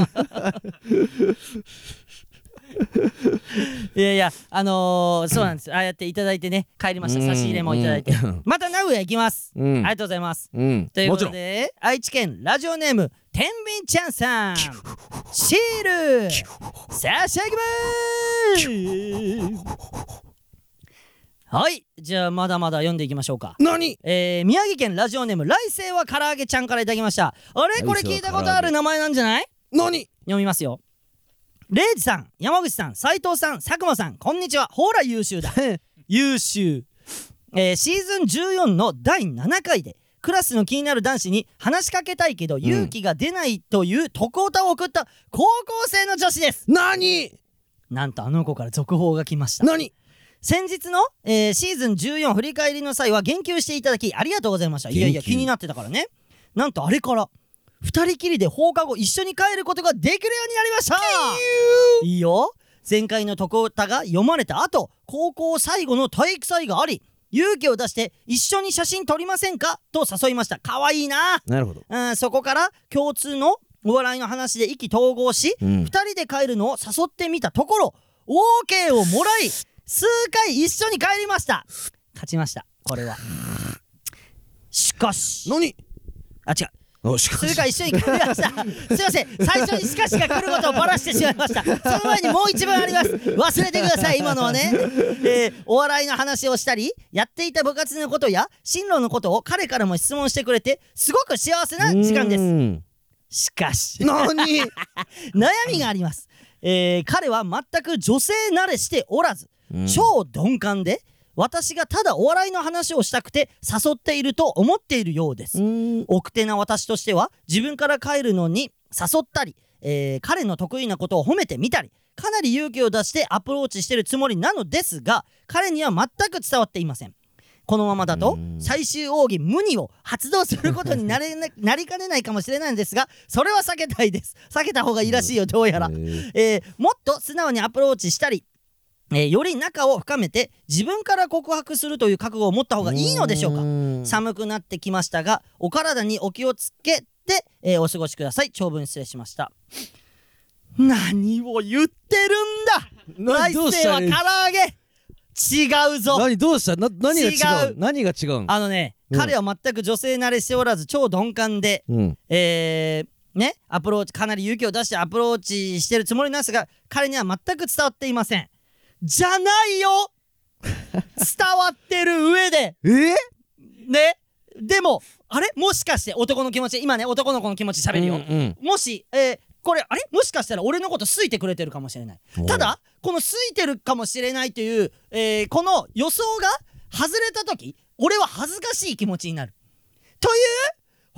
Speaker 1: いやいやあのー、そうなんですああやっていただいてね帰りました差し入れもいただいて
Speaker 2: うん
Speaker 1: また名古屋行きます、
Speaker 2: うん
Speaker 1: ありがとうございます
Speaker 2: うん
Speaker 1: という
Speaker 2: も
Speaker 1: こ
Speaker 2: ち
Speaker 1: と
Speaker 2: ろん
Speaker 1: で愛知県ラジオネーム天秤ちゃんさんシール差し上げますはいじゃあまだまだ読んでいきましょうか
Speaker 2: 何
Speaker 1: えー、宮城県ラジオネーム来世は唐揚げちゃんからいただきましたあれこれ
Speaker 2: 来世は
Speaker 1: 聞いたことある名前なんじゃない
Speaker 2: 何
Speaker 1: 読みますよレイジさん山口さん斉藤さん佐久間さんこんにちはほら優秀だ優秀、えーシーズン14の第7回でクラスの気になる男子に話しかけたいけど勇気が出ないという徳オタを送った高校生の女子です
Speaker 2: 何
Speaker 1: なんとあの子から続報が来ました
Speaker 2: 何
Speaker 1: 先日の、えーシーズン14振り返りの際は言及していただきありがとうございましたいやいや
Speaker 2: 言及
Speaker 1: 気になってたからねなんとあれから二人きりで放課後一緒に帰ることができるようになりましたいいよ前回の徳歌が読まれた後高校最後の体育祭があり勇気を出して一緒に写真撮りませんかと誘いましたかわいいな
Speaker 2: なるほど
Speaker 1: うんそこから共通のお笑いの話で意気投合し、
Speaker 2: うん
Speaker 1: 2人で帰るのを誘ってみたところ OK をもらい数回一緒に帰りました勝ちましたこれはしかし
Speaker 2: 何
Speaker 1: あ違う
Speaker 2: おしか
Speaker 1: そ
Speaker 2: し
Speaker 1: れから一緒に来りました。 すいません、最初にしかしが来ることをばらしてしまいました。その前にもう一文あります。忘れてください、今のはね。えーお笑いの話をしたり、やっていた部活のことや進路のことを彼からも質問してくれて、すごく幸せな時間です。
Speaker 2: す
Speaker 1: しかし、
Speaker 2: 何
Speaker 1: 悩みがあります。えー彼は全く女性慣れしておらず、
Speaker 2: うん
Speaker 1: 超鈍感で、私がただお笑いの話をしたくて誘っていると思っている ようです。
Speaker 2: うん
Speaker 1: 奥手な私としては自分から帰るのに誘ったり、えー彼の得意なことを褒めてみたりかなり勇気を出してアプローチしてるつもりなのですが彼には全く伝わっていませんこのままだと
Speaker 2: うん
Speaker 1: 最終奥義無二を発動することになれ ななりかねないかもしれないんですがそれは避けたいです避けた方がいいらしいよどうやら
Speaker 2: えー
Speaker 1: えーもっと素直にアプローチしたり、えーより仲を深めて自分から告白するという覚悟を持った方がいいのでしょうか
Speaker 2: ん
Speaker 1: 寒くなってきましたがお体にお気をつけて、えーお過ごしください長文失礼しました何を言ってるんだ
Speaker 2: な
Speaker 1: 来
Speaker 2: どうし
Speaker 1: 世
Speaker 2: た
Speaker 1: は唐揚げ違うぞ
Speaker 2: 何どうしたな何が違
Speaker 1: 違う
Speaker 2: う何が違うん
Speaker 1: あのね、
Speaker 2: うん
Speaker 1: 彼は全く女性慣れしておらず超鈍感で
Speaker 2: うん
Speaker 1: えーねアプローチかなり勇気を出してアプローチしてるつもりなんですが彼には全く伝わっていませんじゃない よ伝わってる上で
Speaker 2: えー
Speaker 1: ねでもあれもしかして男の気持ち今ね男の子の気持ち喋るよ、
Speaker 2: うんうん
Speaker 1: もし、えーこれあれもしかしたら俺のこと好いてくれてるかもしれない
Speaker 2: おう
Speaker 1: ただこの好いてるかもしれないという、えーこの予想が外れた時俺は恥ずかしい気持ちになるとい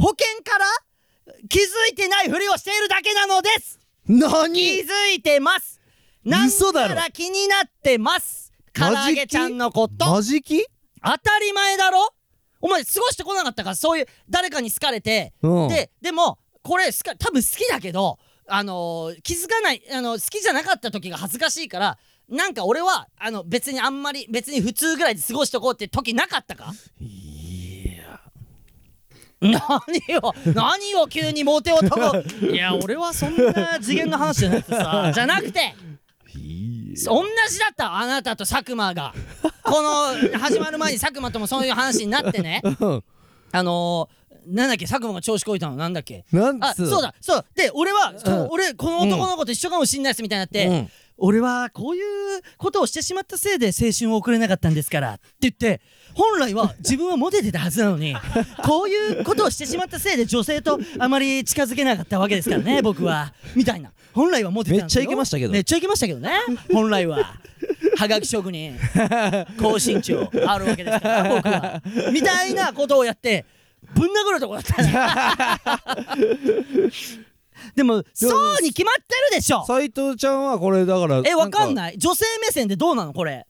Speaker 1: う保険から気づいてないふりをしているだけなのです気
Speaker 2: 何
Speaker 1: づいてますなん
Speaker 2: 嘘
Speaker 1: な
Speaker 2: だろ
Speaker 1: ら気になってます唐
Speaker 2: マジ
Speaker 1: 揚げちゃんのこと
Speaker 2: マジキ
Speaker 1: 当たり前だろお前過ごしてこなかったからそういう誰かに好かれて、
Speaker 2: うん
Speaker 1: ででもこれ好か多分好きだけど、あのー気づかない、あの好きじゃなかった時が恥ずかしいからなんか俺はあの別にあんまり別に普通ぐらいで過ごしとこうって時なかったかいや何を何を急にモテ男 いや俺はそんな次元の話じゃなくてさじゃなくて同じだったあなたと佐久間 がこの始まる前に佐久間ともそういう話になって ね
Speaker 2: うん
Speaker 1: あのー、なんだっけ佐久間が調子こいたのなんだっけ
Speaker 2: なん
Speaker 1: あ
Speaker 2: つ
Speaker 1: そうだそうで俺は、この
Speaker 2: うん
Speaker 1: 俺この男の子と一緒かもしんないですみたいになって、
Speaker 2: うん
Speaker 1: 俺はこういうことをしてしまったせいで青春を送れなかったんですからって言って本来は自分はモテてたはずなの にこういうことをしてしまったせいで女性とあまり近づけなかったわけですからね僕はみたいな本来はモテてたんですよ
Speaker 2: めっちゃイケましたけど
Speaker 1: めっちゃいけましたけどね 本来は。はがき職人高身長あるわけですから僕はみたいなことをやってぶん殴るとこだったね でもそうに決まってるでしょ
Speaker 2: 斎藤ちゃんはこれだから
Speaker 1: えわかん
Speaker 2: い
Speaker 1: ない女性目線でどうなのこれ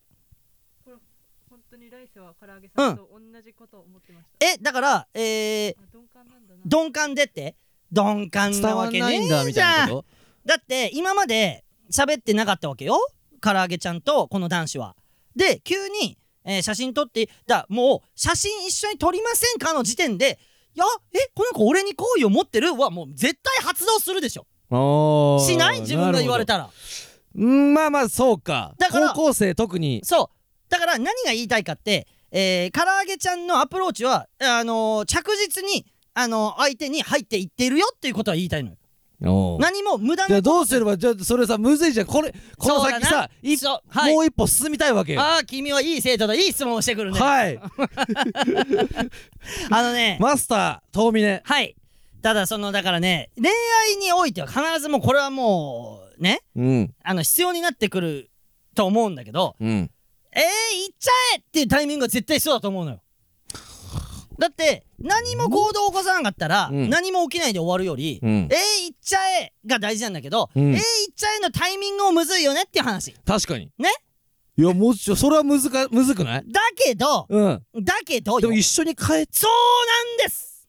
Speaker 4: 本当に来世は唐揚げさんと同じことを思ってました。
Speaker 1: えだからえー、
Speaker 4: あ鈍感なんだな。
Speaker 1: 鈍感でって鈍感
Speaker 2: 伝
Speaker 1: な
Speaker 2: わ
Speaker 1: わ
Speaker 2: ん
Speaker 1: け
Speaker 2: な
Speaker 1: ね
Speaker 2: いんだ
Speaker 1: え
Speaker 2: み
Speaker 1: じ
Speaker 2: た
Speaker 1: ゃ
Speaker 2: い
Speaker 1: ん
Speaker 2: なこ
Speaker 1: だって今まで喋ってなかったわけよ唐揚げちゃんとこの男子はで急に、えー写真撮ってだもう写真一緒に撮りませんかの時点でいやえこの子俺に好意を持ってるはもう絶対発動するでしょ
Speaker 2: とあー
Speaker 1: しない自分が言われたら
Speaker 2: なるほどうんまあまあそうか
Speaker 1: だから
Speaker 2: 高校生特に
Speaker 1: そうだから何が言いたいかって、えー、唐揚げちゃんのアプローチはあのー着実に、あのー相手に入っていってるよっていうことは言いたいのよ
Speaker 2: おー
Speaker 1: 何も無駄
Speaker 2: じゃ
Speaker 1: な
Speaker 2: あどうすればじゃあそれさむずいじゃんこれこの先
Speaker 1: そうだな
Speaker 2: さ一
Speaker 1: そうはい
Speaker 2: もう一歩進みたいわけよ
Speaker 1: ああ君はいい生徒だいい質問をしてくるね、
Speaker 2: はい
Speaker 1: あのね、
Speaker 2: マスター 遠峰
Speaker 1: はいただそのだからね恋愛においては必ずもうこれはもうね
Speaker 2: うん
Speaker 1: あの必要になってくると思うんだけど
Speaker 2: うん
Speaker 1: えー、行っちゃえっていうタイミングが絶対そうだと思うのよだって何も行動を起こさなかったら、
Speaker 2: うん
Speaker 1: 何も起きないで終わるより、
Speaker 2: うん
Speaker 1: えー、行っちゃえが大事なんだけど、
Speaker 2: うん
Speaker 1: えー、行っちゃえのタイミングもむずいよねっていう話
Speaker 2: 確かに
Speaker 1: ね
Speaker 2: いやもうちょそれはむずかむずくない
Speaker 1: だけど
Speaker 2: うん
Speaker 1: だけど
Speaker 2: で
Speaker 1: よ
Speaker 2: も一緒に帰っ
Speaker 1: そうなんです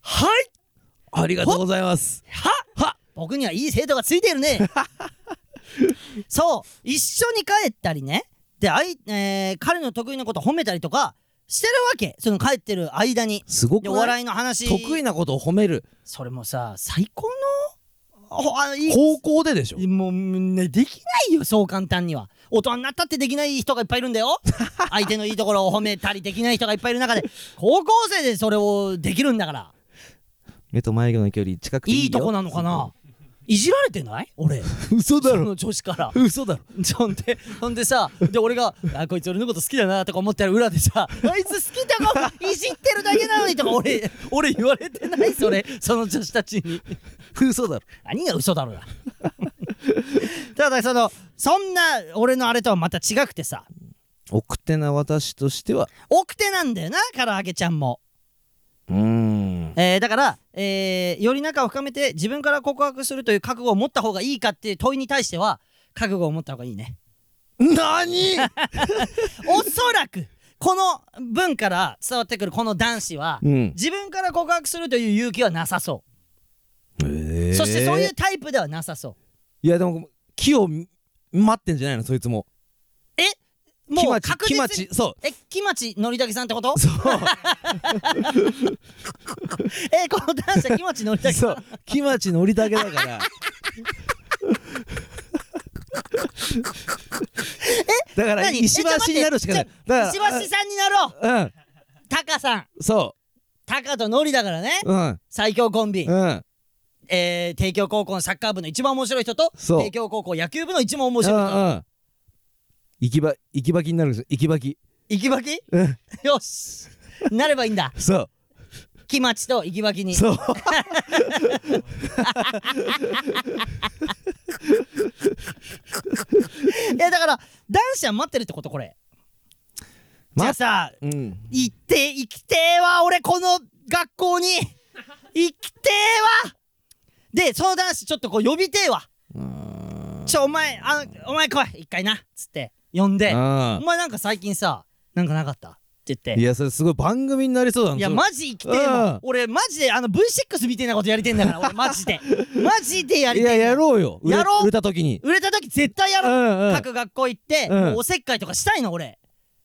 Speaker 1: はい
Speaker 2: ありがとうございます
Speaker 1: はは僕にはいい生徒がついている ねそう一緒に帰ったりねであい、えー彼の得意なこと褒めたりとかしてるわけその帰ってる間に
Speaker 2: すごく
Speaker 1: で
Speaker 2: ない
Speaker 1: お笑いの話
Speaker 2: 得意なことを褒める
Speaker 1: それもさ最高のほあのいい
Speaker 2: 高校ででしょ
Speaker 1: もう、ね、できないよそう簡単には大人になったってできない人がいっぱいいるんだ よ相手のいいところを褒めたりできない人がいっぱいいる中で高校生でそれをできるんだから
Speaker 2: 目と眉毛の距離近くていいよ
Speaker 1: いいとこなのかないじられてない俺
Speaker 2: 嘘だ
Speaker 1: そ
Speaker 2: ろ
Speaker 1: の女子から
Speaker 2: 嘘だろ
Speaker 1: ほんでほんでさで俺が「あこいつ俺のこと好きだな」とか思ったら裏でさ「あいつ好きだかいじってるだけなのに」とか俺俺言われてないそれその女子たちに
Speaker 2: 嘘だろ
Speaker 1: 何が嘘だろうな ただそのそんな俺のあれとはまた違くてさ
Speaker 2: 奥手な私としては
Speaker 1: 奥手なんだよな唐揚げちゃんも、
Speaker 2: うーん
Speaker 1: えーだから、えーより仲を深めて自分から告白するという覚悟を持った方がいいかっていう問いに対しては覚悟を持った方がいいね
Speaker 2: 何
Speaker 1: おそらくこの文から伝わってくるこの男子は、
Speaker 2: うん
Speaker 1: 自分から告白するという勇気はなさそ
Speaker 2: えー
Speaker 1: うそしてそういうタイプではなさそ
Speaker 2: いやでも木を待ってんじゃないのそいつも
Speaker 1: うもう
Speaker 2: 木町
Speaker 1: 確
Speaker 2: 木
Speaker 1: 実に
Speaker 2: 町そう
Speaker 1: え木町のりたけさんってこと
Speaker 2: そう
Speaker 1: えこの男子は木町のりたけさん
Speaker 2: そう木町のりだけだ からえだから
Speaker 1: 何
Speaker 2: 石橋になるしかない
Speaker 1: えちょっと
Speaker 2: だ
Speaker 1: 石
Speaker 2: から
Speaker 1: 橋さんになろう
Speaker 2: あうん
Speaker 1: タカさん
Speaker 2: そ
Speaker 1: タカとノリだからね
Speaker 2: ううん
Speaker 1: 最強コンビ、
Speaker 2: うん
Speaker 1: えー、帝京高校のサッカー部の一番面白い人と
Speaker 2: そう
Speaker 1: 帝京高校野球部の一番面
Speaker 2: う
Speaker 1: 白い人、
Speaker 2: んうん行きば行きばきになるんですよ行きばき
Speaker 1: 行きばき
Speaker 2: うん
Speaker 1: よしなればいいんだ
Speaker 2: そ
Speaker 1: 木町と行きばき
Speaker 2: う
Speaker 1: に
Speaker 2: そう
Speaker 1: いやだから男子は待ってるってことこれ、
Speaker 2: ま
Speaker 1: じゃあさ
Speaker 2: うん
Speaker 1: 行って行きてえわ俺この学校に行きてえわでその男子ちょっとこう呼びてえわちょお前あのお前来い一回なっつって呼んで
Speaker 2: あ
Speaker 1: お前なんか最近さなんかなかったって言って
Speaker 2: いやそれすごい番組になりそうだない
Speaker 1: や
Speaker 2: それ
Speaker 1: マジ生きてえも
Speaker 2: うん
Speaker 1: ん俺マジであの V6 みたいなことやりてんだから俺マジ でマジでやり
Speaker 2: い
Speaker 1: て
Speaker 2: や
Speaker 1: え
Speaker 2: やろうよ
Speaker 1: やろう
Speaker 2: 売れ売れた時に
Speaker 1: 売れた時絶対や
Speaker 2: う
Speaker 1: ろう、
Speaker 2: ん
Speaker 1: 各学校行って、
Speaker 2: うん
Speaker 1: もうおせっかいとかしたいの俺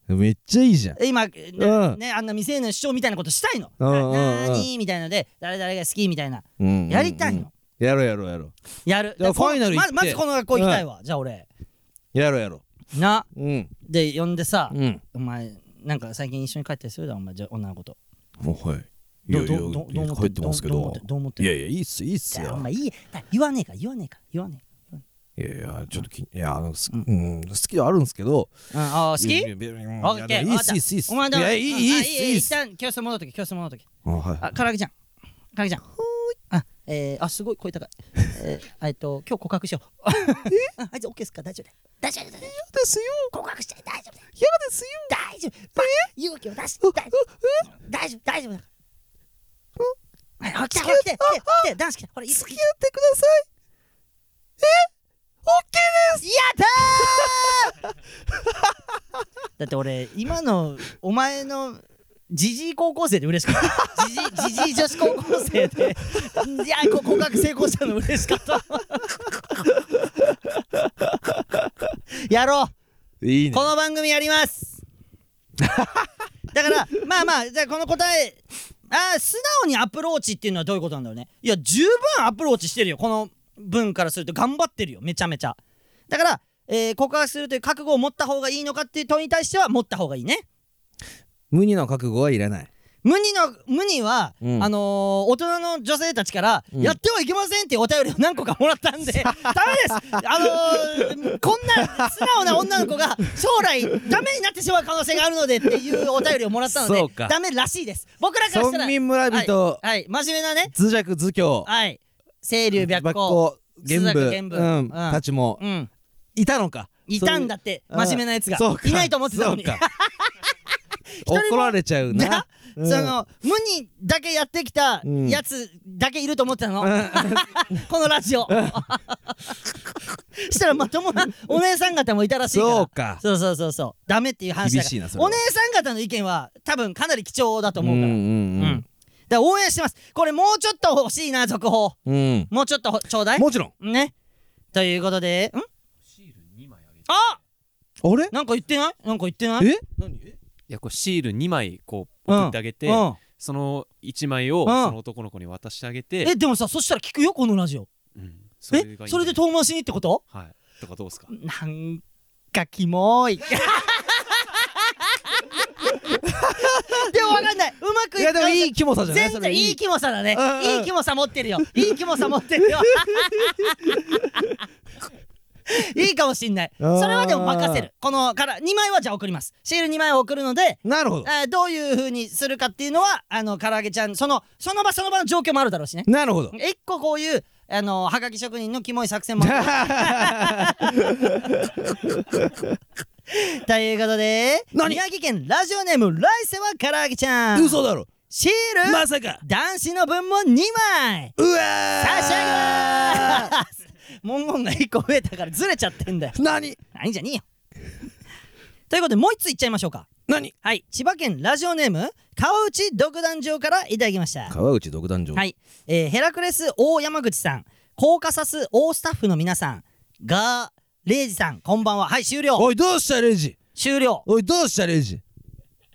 Speaker 2: うんめっちゃいいじゃん
Speaker 1: 今ね,、
Speaker 2: うん
Speaker 1: ねあんな未成年主張みたいなことしたいの、
Speaker 2: うんうんうん
Speaker 1: ななーにーみたいので誰々が好きみたいな
Speaker 2: うん
Speaker 1: やりたいの、
Speaker 2: うんやろうやろうやろ
Speaker 1: やる
Speaker 2: じゃあ
Speaker 1: でこ
Speaker 2: ファイナル行って
Speaker 1: ままずこの学校行きたいわ、じゃあ俺
Speaker 2: うやろうやろ
Speaker 1: な
Speaker 2: ううん
Speaker 1: で呼んでさ、
Speaker 2: うん
Speaker 1: お前なんか最近一緒に帰ったりするだろお前じゃ女の子と
Speaker 2: もうはいい
Speaker 1: ど
Speaker 2: や
Speaker 1: う
Speaker 2: いや
Speaker 1: どうどうどう思って
Speaker 2: 帰ってますけ
Speaker 1: どう思
Speaker 2: ど
Speaker 1: ってどう思って
Speaker 2: いやいやいいっすいいっす
Speaker 1: じゃあお
Speaker 2: よ
Speaker 1: 前いいだ言わねえから言わねえから言わね
Speaker 2: いやいやちょっときいやあのすうん好きはあるんですけど
Speaker 1: えから、うん、ああ好き
Speaker 2: いやいやいやい
Speaker 1: オッケ
Speaker 2: や
Speaker 1: ー
Speaker 2: いいっすいいっすいいっす
Speaker 1: お前だ
Speaker 2: いやいい
Speaker 1: うん
Speaker 2: いい
Speaker 1: あ
Speaker 2: っすいいっ
Speaker 1: 一
Speaker 2: す
Speaker 1: 旦教室戻っとき教室戻っとき
Speaker 2: あはい
Speaker 1: あ唐揚げちゃん唐揚げちゃんあえー、あすごい声高 いえー、あえっと今日告白しよう ああいつオッケーですか大丈夫だ大丈夫だ大丈夫ですよ告白しちゃえ大丈夫だ嫌ですよ大丈夫ば勇気を出して大丈夫大丈夫大丈夫だはいあ来たほら来て来て来て男子来たほら付き合ってくださいえオッケーですやった ーだって俺今のお前のジジイ高校生で嬉しかった。ジジイジジイ女子高校生で、いや、こ告白成功したの嬉しかった。やろう。
Speaker 2: いいね
Speaker 1: この番組やります。だから、まあまあ、じゃあこの答え、あー素直にアプローチっていうのはどういうことなんだろうね。いや、十分アプローチしてるよ。この文からすると頑張ってるよ。めちゃめちゃ。だから、えー告白するという覚悟を持った方がいいのかっていう問いに対しては持った方がいいね。
Speaker 2: 無二の覚悟はいらない
Speaker 1: 無二の無二は、
Speaker 2: うん
Speaker 1: あのー大人の女性たちから、
Speaker 2: うん
Speaker 1: やってはいけませんっていうお便りを何個かもらったん でダメですあのーこんな素直な女の子が将来ダメになってしまう可能性があるのでっていうお便りをもらったの
Speaker 2: そう
Speaker 1: で
Speaker 2: か
Speaker 1: ダメらしいです僕らからしたら
Speaker 2: 村民村人
Speaker 1: はい、はい真面目なね
Speaker 2: 図弱図強
Speaker 1: はい清流白虎
Speaker 2: 学
Speaker 1: 朱
Speaker 2: 玄武
Speaker 1: 雀玄武
Speaker 2: うん
Speaker 1: うん
Speaker 2: たちも
Speaker 1: うん
Speaker 2: いたのか
Speaker 1: いたんだって
Speaker 2: そういう
Speaker 1: 真面目なやつが
Speaker 2: そうか
Speaker 1: いないと思ってたのに
Speaker 2: そうか
Speaker 1: 人も
Speaker 2: 怒られちゃうな
Speaker 1: なその無にだけやってきた
Speaker 2: うん
Speaker 1: やつだけいると思ってたの、
Speaker 2: うん
Speaker 1: このラジオしたらまともなお姉さん方もいたらしいから
Speaker 2: そうか
Speaker 1: そうそうそうそうダメっていう話だから
Speaker 2: 厳しいなそれは
Speaker 1: お姉さん方の意見は多分かなり貴重だと思うから、
Speaker 2: うんうん
Speaker 1: うんだから応援してますこれもうちょっと欲しいな続報
Speaker 2: うんうん
Speaker 1: もうちょっとほちょうだい
Speaker 2: もちろん
Speaker 1: ねということでんあ
Speaker 2: あれ
Speaker 1: なんか言ってないなんか言ってない
Speaker 2: え
Speaker 3: いやこうシール2枚こう
Speaker 1: うん
Speaker 3: 送ってあげて、
Speaker 1: うん、
Speaker 3: その1枚を
Speaker 1: ん
Speaker 3: その男の子に渡してあげて、
Speaker 1: えでもさそしたら聞くよこのラジオ
Speaker 3: うんそ
Speaker 1: え
Speaker 3: がいいね
Speaker 1: それで遠回しにってこと
Speaker 3: はいとかどうですか
Speaker 1: なんかキモい。でもわかんない。うまくい
Speaker 2: いや
Speaker 1: く
Speaker 2: でもいいいいキモさじゃない
Speaker 1: 全
Speaker 2: それ
Speaker 1: 然いいキモさだね
Speaker 2: うんうん
Speaker 1: いいキモさ持ってるよいいキモさ持ってるよいいかもしんない
Speaker 2: あー
Speaker 1: それはでも任せるこのから2枚はじゃあ送りますシール2枚を送るので
Speaker 2: なるほど
Speaker 1: あーどういう風にするかっていうのはあの唐揚げちゃんそのその場その場の状況もあるだろうしね
Speaker 2: なるほど
Speaker 1: 一個こういうあのはがき職人のキモい作戦もある ということで
Speaker 2: 何
Speaker 1: 宮城県ラジオネーム来世は唐揚げちゃん
Speaker 2: 嘘だろ
Speaker 1: シール、
Speaker 2: まさか
Speaker 1: 男子の分も2枚
Speaker 2: うわ
Speaker 1: 差し上げ
Speaker 2: ー
Speaker 1: ます 文言が1個増えたからずれちゃってんだよ
Speaker 2: 何
Speaker 1: ないんじゃねえよということでもう1ついっちゃいましょうか
Speaker 2: 何
Speaker 1: はい千葉県ラジオネーム川内独壇場からいただきました
Speaker 2: 川内独壇場
Speaker 1: はい、えーヘラクレス大山口さんコーカサス大スタッフの皆さんガーレイジさんこんばんははい終了
Speaker 2: おいどうしたレイジ
Speaker 1: 終了
Speaker 2: おいどうしたレイジ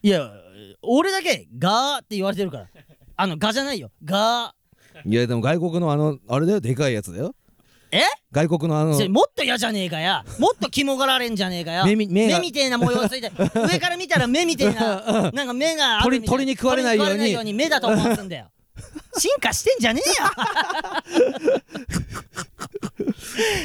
Speaker 1: いや俺だけガーって言われてるからあのガじゃないよガ
Speaker 2: いやでも外国のあのあれだよでかいやつだよ
Speaker 1: ーえ
Speaker 2: 外国のあの
Speaker 1: それもっと嫌じゃねえかやもっと肝がられんじゃねえかや
Speaker 2: 目み目が
Speaker 1: みてえな模様がつい て上から見たら目みてえななんか目があるみたいな
Speaker 2: 鳥鳥に食われないように
Speaker 1: 鳥食われ目だと思ってん だよ進化してんじゃねえ よ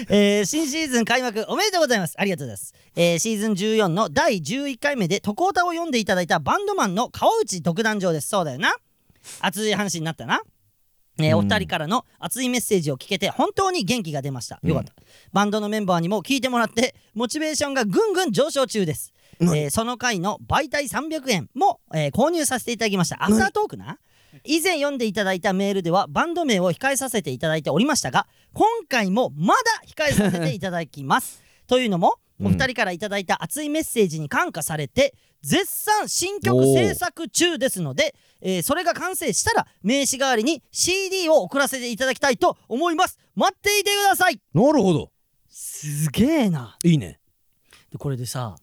Speaker 1: えー新シーズン開幕おめでとうございますありがとうございます、えーシーズン14の第11回目で「トコータ」を読んでいただいたバンドマンの川内独壇場ですそうだよな熱い話になったなえーお二人からの熱いメッセージを聞けて本当に元気が出ましたよかった、バンドのメンバーにも聞いてもらってモチベーションがぐんぐん上昇中です、えーその回の媒体300円も、えー購入させていただきましたアフタートークな以前読んでいただいたメールではバンド名を控えさせていただいておりましたが今回もまだ控えさせていただきますというのもお二人からいただいた熱いメッセージに感化されて絶賛新曲制作中ですので、えーそれが完成したら名刺代わりに CD を送らせていただきたいと思います待っていてください
Speaker 2: なるほど
Speaker 1: すげえない
Speaker 2: いね
Speaker 1: でこれでさ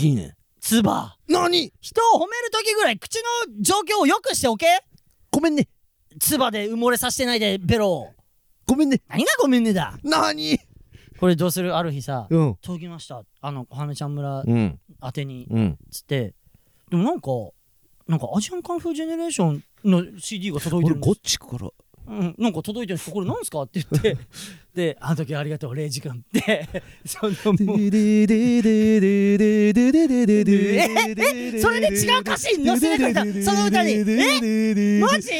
Speaker 2: いいね
Speaker 1: ツバ
Speaker 2: 何
Speaker 1: 人を褒める時ぐらい口の状況を良くしておけ
Speaker 2: ごめんね
Speaker 1: ツバで埋もれさせてないでベロを
Speaker 2: ごめんね
Speaker 1: 何がごめんねだ
Speaker 2: 何
Speaker 1: これどうするある日さ
Speaker 2: うん
Speaker 1: 届きましたあの小羽ちゃん村
Speaker 2: うん
Speaker 1: 宛てに
Speaker 2: うん
Speaker 1: つってでもなんかなんかアジアンカンフージェネレーションの CD が届いて
Speaker 2: 俺
Speaker 1: るんです
Speaker 2: こっちから
Speaker 1: うん、なんか届いてるんですこれなんですかって言ってで「あの時ありがとうレイジ君」ってそのもう
Speaker 2: え
Speaker 1: それで違う歌詞に載せてくれたその歌に
Speaker 2: え
Speaker 1: マジ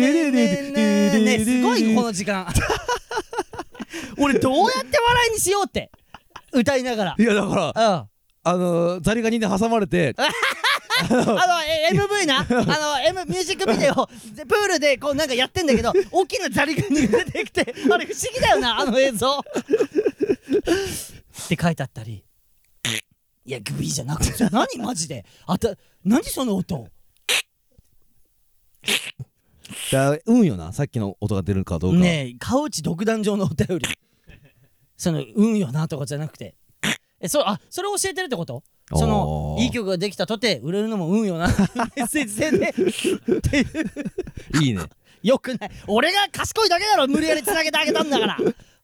Speaker 1: ねえすごいこの時間俺どうやって笑いにしようって歌いながら
Speaker 2: いやだから
Speaker 1: うんあ
Speaker 2: あのザリガニで挟まれて
Speaker 1: のえ MV なあの、M、ミュージックビデオでプールでこうなんかやってんだけ ど大きなザリガニが出てきてあれ不思議だよなあの映像って書いてあったりいやグビーじゃなくてそれ何マジであた何その音
Speaker 2: だうんよなさっきの音が出るかどうか
Speaker 1: ねえ川内独壇場のお便りその運よなとかじゃなくてえそあそれを教えてるってことその
Speaker 2: おー
Speaker 1: いい曲ができたとて売れるのも運よなメッセージ性 でっていう
Speaker 2: いいね
Speaker 1: よくない俺が賢いだけだろ無理やりつなげてあげたんだから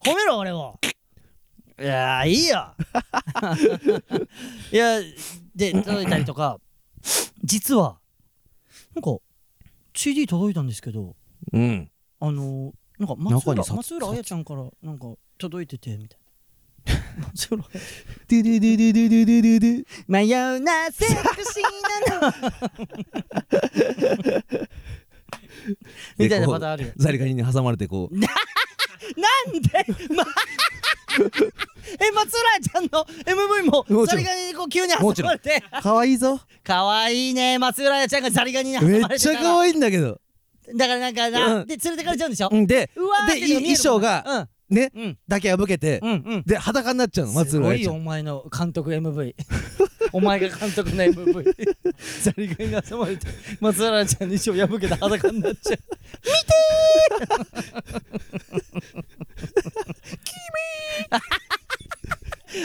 Speaker 1: 褒めろ俺をいやーいいよ いやで届いたりとか実はなんか CD 届いたんですけど
Speaker 2: うん
Speaker 1: あのー、なんか松
Speaker 2: 中
Speaker 1: 浦
Speaker 2: にさ
Speaker 1: 松浦彩ちゃんからなんか届いててみたい な松浦彩
Speaker 2: デデデデデデデデデ
Speaker 1: 真夜なセクシーなの みたいなパターンあるよ
Speaker 2: ザリガニに挟まれてこう
Speaker 1: なんで、ま、え松浦彩ちゃんの MV も
Speaker 2: もちろん
Speaker 1: ザリガニにこう急に挟まれて
Speaker 2: 可愛いぞ
Speaker 1: 可愛いね松浦彩ちゃんがザリガ ニに挟ま
Speaker 2: め
Speaker 1: れ
Speaker 2: って
Speaker 1: たら
Speaker 2: ちゃ可愛いんだけど
Speaker 1: だからなんかな、
Speaker 2: うん
Speaker 1: で連れてかれちゃうんでしょ、
Speaker 2: うんで
Speaker 1: うわーって
Speaker 2: で
Speaker 1: いうの見えるも
Speaker 2: 衣装
Speaker 1: んな
Speaker 2: がね
Speaker 1: うんうん
Speaker 2: だけ破けて
Speaker 1: うんうん
Speaker 2: で裸になっちゃうの松
Speaker 1: す
Speaker 2: 浦
Speaker 1: ご
Speaker 2: 彩
Speaker 1: い
Speaker 2: ちゃ
Speaker 1: よ
Speaker 2: ん
Speaker 1: お前の監督 MV お前が監督の MV ザリガニが挟まれて松原ちゃんに衣装破けた裸になっちゃう 見てー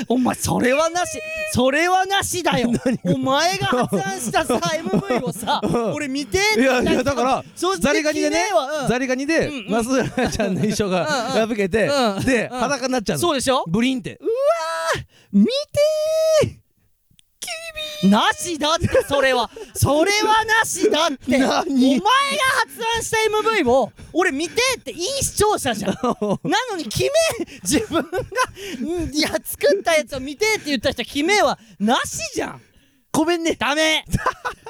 Speaker 1: お前それはなしそれはなしだよお前が発案した さ MV をさ
Speaker 2: うん
Speaker 1: 俺見て
Speaker 2: いやいやだから
Speaker 1: 正直
Speaker 2: ザリガニでね
Speaker 1: 聞いえわうん
Speaker 2: ザリガニで
Speaker 1: うんうん
Speaker 2: 松浦ちゃんの衣装
Speaker 1: う
Speaker 2: が
Speaker 1: んうん
Speaker 2: 破けて
Speaker 1: うん
Speaker 2: で
Speaker 1: うん
Speaker 2: 裸になっちゃうの
Speaker 1: そうでしょ
Speaker 2: ブリンって
Speaker 1: 見てー君なしだってそれはそれはなしだって
Speaker 2: 何
Speaker 1: お前が発案した MV を俺見てっていい視聴者 じゃんなのに決め自分がうんいや作ったやつを見てって言った人決めはなしじゃんごめんねダメ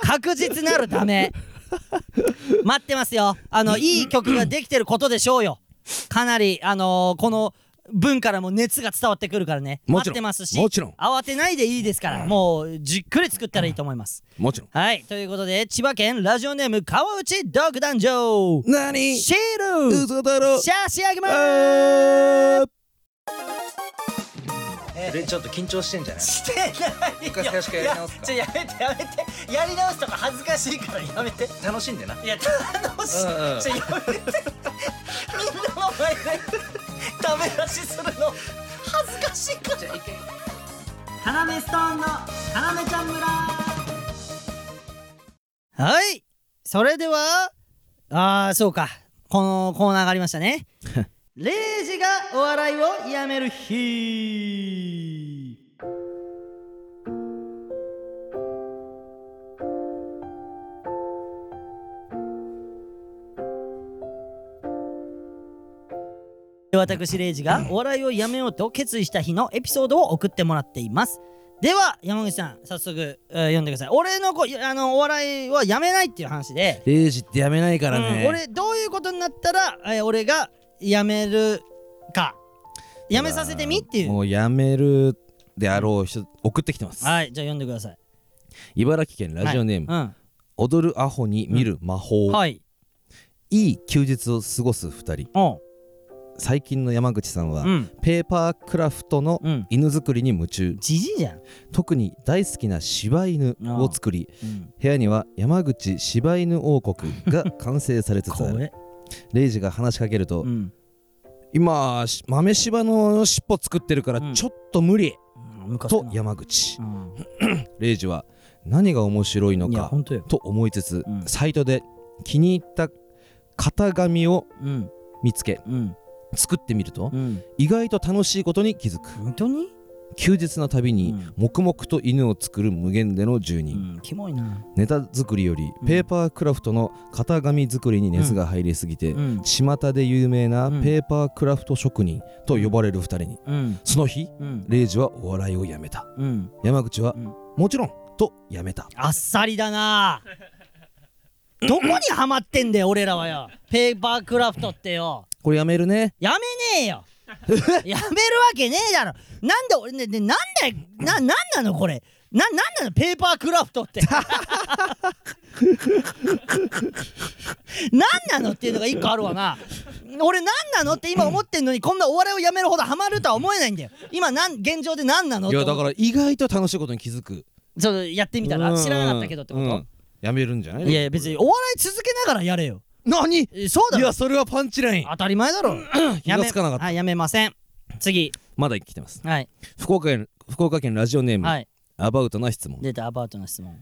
Speaker 1: 確実なるダメ待ってますよあのいい曲ができてることでしょうよかなりあのーこの文からも熱が伝わってくるからね
Speaker 2: も
Speaker 1: 待
Speaker 2: ちろ
Speaker 1: っ
Speaker 2: ん
Speaker 1: てますし
Speaker 2: もちろん
Speaker 1: 慌てないでいいですからもうじっくり作ったらいいと思います
Speaker 2: もちろん
Speaker 1: はいということで千葉県ラジオネーム川内ドッグダンジョー
Speaker 2: 何
Speaker 1: シェール
Speaker 2: 嘘だろ
Speaker 1: 差し上げま
Speaker 2: あ
Speaker 1: す
Speaker 2: ー
Speaker 5: でちょっと緊張してんじゃない
Speaker 1: してないよ
Speaker 5: 回差し替えやり直すか
Speaker 1: いやちょやめてやめてやり直すとか恥ずかしいからやめて
Speaker 5: 楽しんでない
Speaker 1: や楽しい、
Speaker 5: うんうん
Speaker 1: ちょやめてみんなの前でダメ出しするの恥ずかしいからタナメストーンのタナメちゃん村はいそれではああそうかこのコーナーがありまし たねレイジがお笑いをやめる日私レイジがお笑いをやめようと決意した日のエピソードを送ってもらっていますでは山口さん早速、えー読んでください俺のこいやあのお笑いはやめないっていう話で、
Speaker 2: レイジってやめないから
Speaker 1: うん
Speaker 2: ね
Speaker 1: 俺どういうことになったら、えー俺がやめるかやめさせてみっていう
Speaker 2: もうやめるであろう人送ってきてます
Speaker 1: はいじゃあ読んでください
Speaker 2: 茨城県ラジオネーム、
Speaker 1: はい
Speaker 2: 踊るアホに見る魔法、
Speaker 1: うん、
Speaker 2: い、
Speaker 1: はい
Speaker 2: い休日を過ごす2人
Speaker 1: おう
Speaker 2: 最近の山口さんは、
Speaker 1: うん
Speaker 2: ペーパークラフトの
Speaker 1: うん
Speaker 2: 犬作りに夢中
Speaker 1: じじいじゃん、
Speaker 2: 特に大好きな柴犬を作り
Speaker 1: うん、
Speaker 2: 部屋には山口柴犬王国 が完成されつつあ
Speaker 1: 怖
Speaker 2: る
Speaker 1: え
Speaker 2: レイジが話しかけると、
Speaker 1: うん
Speaker 2: 今し豆柴の尻尾作ってるから
Speaker 1: うん
Speaker 2: ちょっと無理、
Speaker 1: ムカつく
Speaker 2: と
Speaker 1: な
Speaker 2: 山口
Speaker 1: うん
Speaker 2: レイジは何が面白いの
Speaker 1: いや
Speaker 2: か
Speaker 1: ほんとよ
Speaker 2: と思いつつ、
Speaker 1: うん
Speaker 2: サイトで気に入った型紙を
Speaker 1: うん
Speaker 2: 見つけ
Speaker 1: うん
Speaker 2: 作ってみると、
Speaker 1: うん
Speaker 2: 意外と楽しいことに気づく
Speaker 1: 本当に
Speaker 2: 休日の旅に
Speaker 1: うん
Speaker 2: 黙々と犬を作る無限での住
Speaker 1: う
Speaker 2: 人、
Speaker 1: んキモいな
Speaker 2: ネタ作りより
Speaker 1: うん
Speaker 2: ペーパークラフトの型紙作りに熱が入りすぎて、
Speaker 1: うん
Speaker 2: 巷で有名な
Speaker 1: うん
Speaker 2: ペーパークラフト職人と呼ばれる2人に
Speaker 1: うん
Speaker 2: その日
Speaker 1: うん
Speaker 2: レイジはお笑いをやめた
Speaker 1: うん
Speaker 2: 山口は、
Speaker 1: うん
Speaker 2: もちろんとやめた
Speaker 1: あっさりだな どこにハマってんだよ俺らはよペーパークラフトってよ
Speaker 2: これやめるね
Speaker 1: やめねえ よやめるわけねえだろなんで俺ねねなんでななんなのこれななんなのペーパークラフトって なんなのっていうのが一個あるわな俺なんなのって今思ってんのにこんなお笑いをやめるほどハマるとは思えないんだよ今なん現状でなんなのっ
Speaker 2: い
Speaker 1: て
Speaker 2: や
Speaker 1: 思
Speaker 2: だから意外と楽しいことに気づく
Speaker 1: そうやってみたら知らなかったけどってこと、
Speaker 2: うんやめるんじゃない
Speaker 1: いやいや別にお笑い続けながらやれよ
Speaker 2: 何
Speaker 1: えそうだ
Speaker 2: い
Speaker 1: ろ
Speaker 2: やそれはパンチライン
Speaker 1: 当たり前だろ
Speaker 2: 気がつかなかった
Speaker 1: はいやめません次
Speaker 2: まだ来てます
Speaker 1: はい
Speaker 2: 福岡県福岡県ラジオネーム、
Speaker 1: はい
Speaker 2: アバウトな質問
Speaker 1: 出たアバウトの質問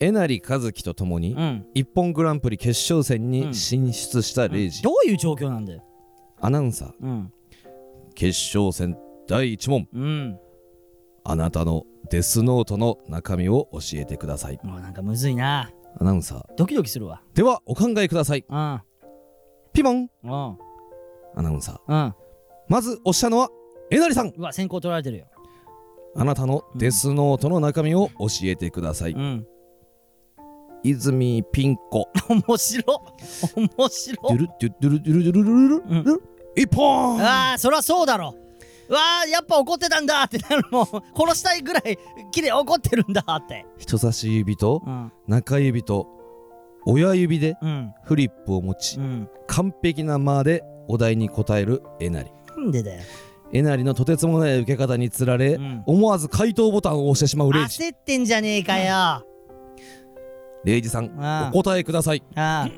Speaker 2: えなりかずきとともに、
Speaker 1: うん
Speaker 2: 一本グランプリ決勝戦
Speaker 1: うん
Speaker 2: に進出したレイジ、
Speaker 1: どういう状況なんだよ
Speaker 2: アナウンサー
Speaker 1: うん
Speaker 2: 決勝戦第1問
Speaker 1: うん
Speaker 2: あなたのデスノートの中身を教えてください
Speaker 1: もうなんかむずいな
Speaker 2: アナウンサー
Speaker 1: ドキドキするわ
Speaker 2: ではお考えください
Speaker 1: うん
Speaker 2: ピモン
Speaker 1: うん
Speaker 2: アナウンサー
Speaker 1: うん
Speaker 2: まずおっしゃのはえなりさん
Speaker 1: うわ先行取られてるよ
Speaker 2: あなたのデスノートの中身を教えてください、
Speaker 1: うん
Speaker 2: 泉ピン子
Speaker 1: 面白面白
Speaker 2: ドゥルドゥドゥルドゥルドゥルドゥルドゥルドゥル一本
Speaker 1: ああそりゃそうだろうわあやっぱ怒ってたんだってなるもん殺したいぐらい綺麗怒ってるんだって
Speaker 2: 人差し指と
Speaker 1: うん
Speaker 2: 中指と親指で
Speaker 1: うん
Speaker 2: フリップを持ち
Speaker 1: うん
Speaker 2: 完璧な間でお題に答えるえなり
Speaker 1: なんでだよ
Speaker 2: えなりのとてつもない受け方につられ、
Speaker 1: うん
Speaker 2: 思わず回答ボタンを押してしまうレイジ
Speaker 1: 焦ってんじゃねえかよあ
Speaker 2: レイジさん
Speaker 1: あ
Speaker 2: お答えください
Speaker 1: あ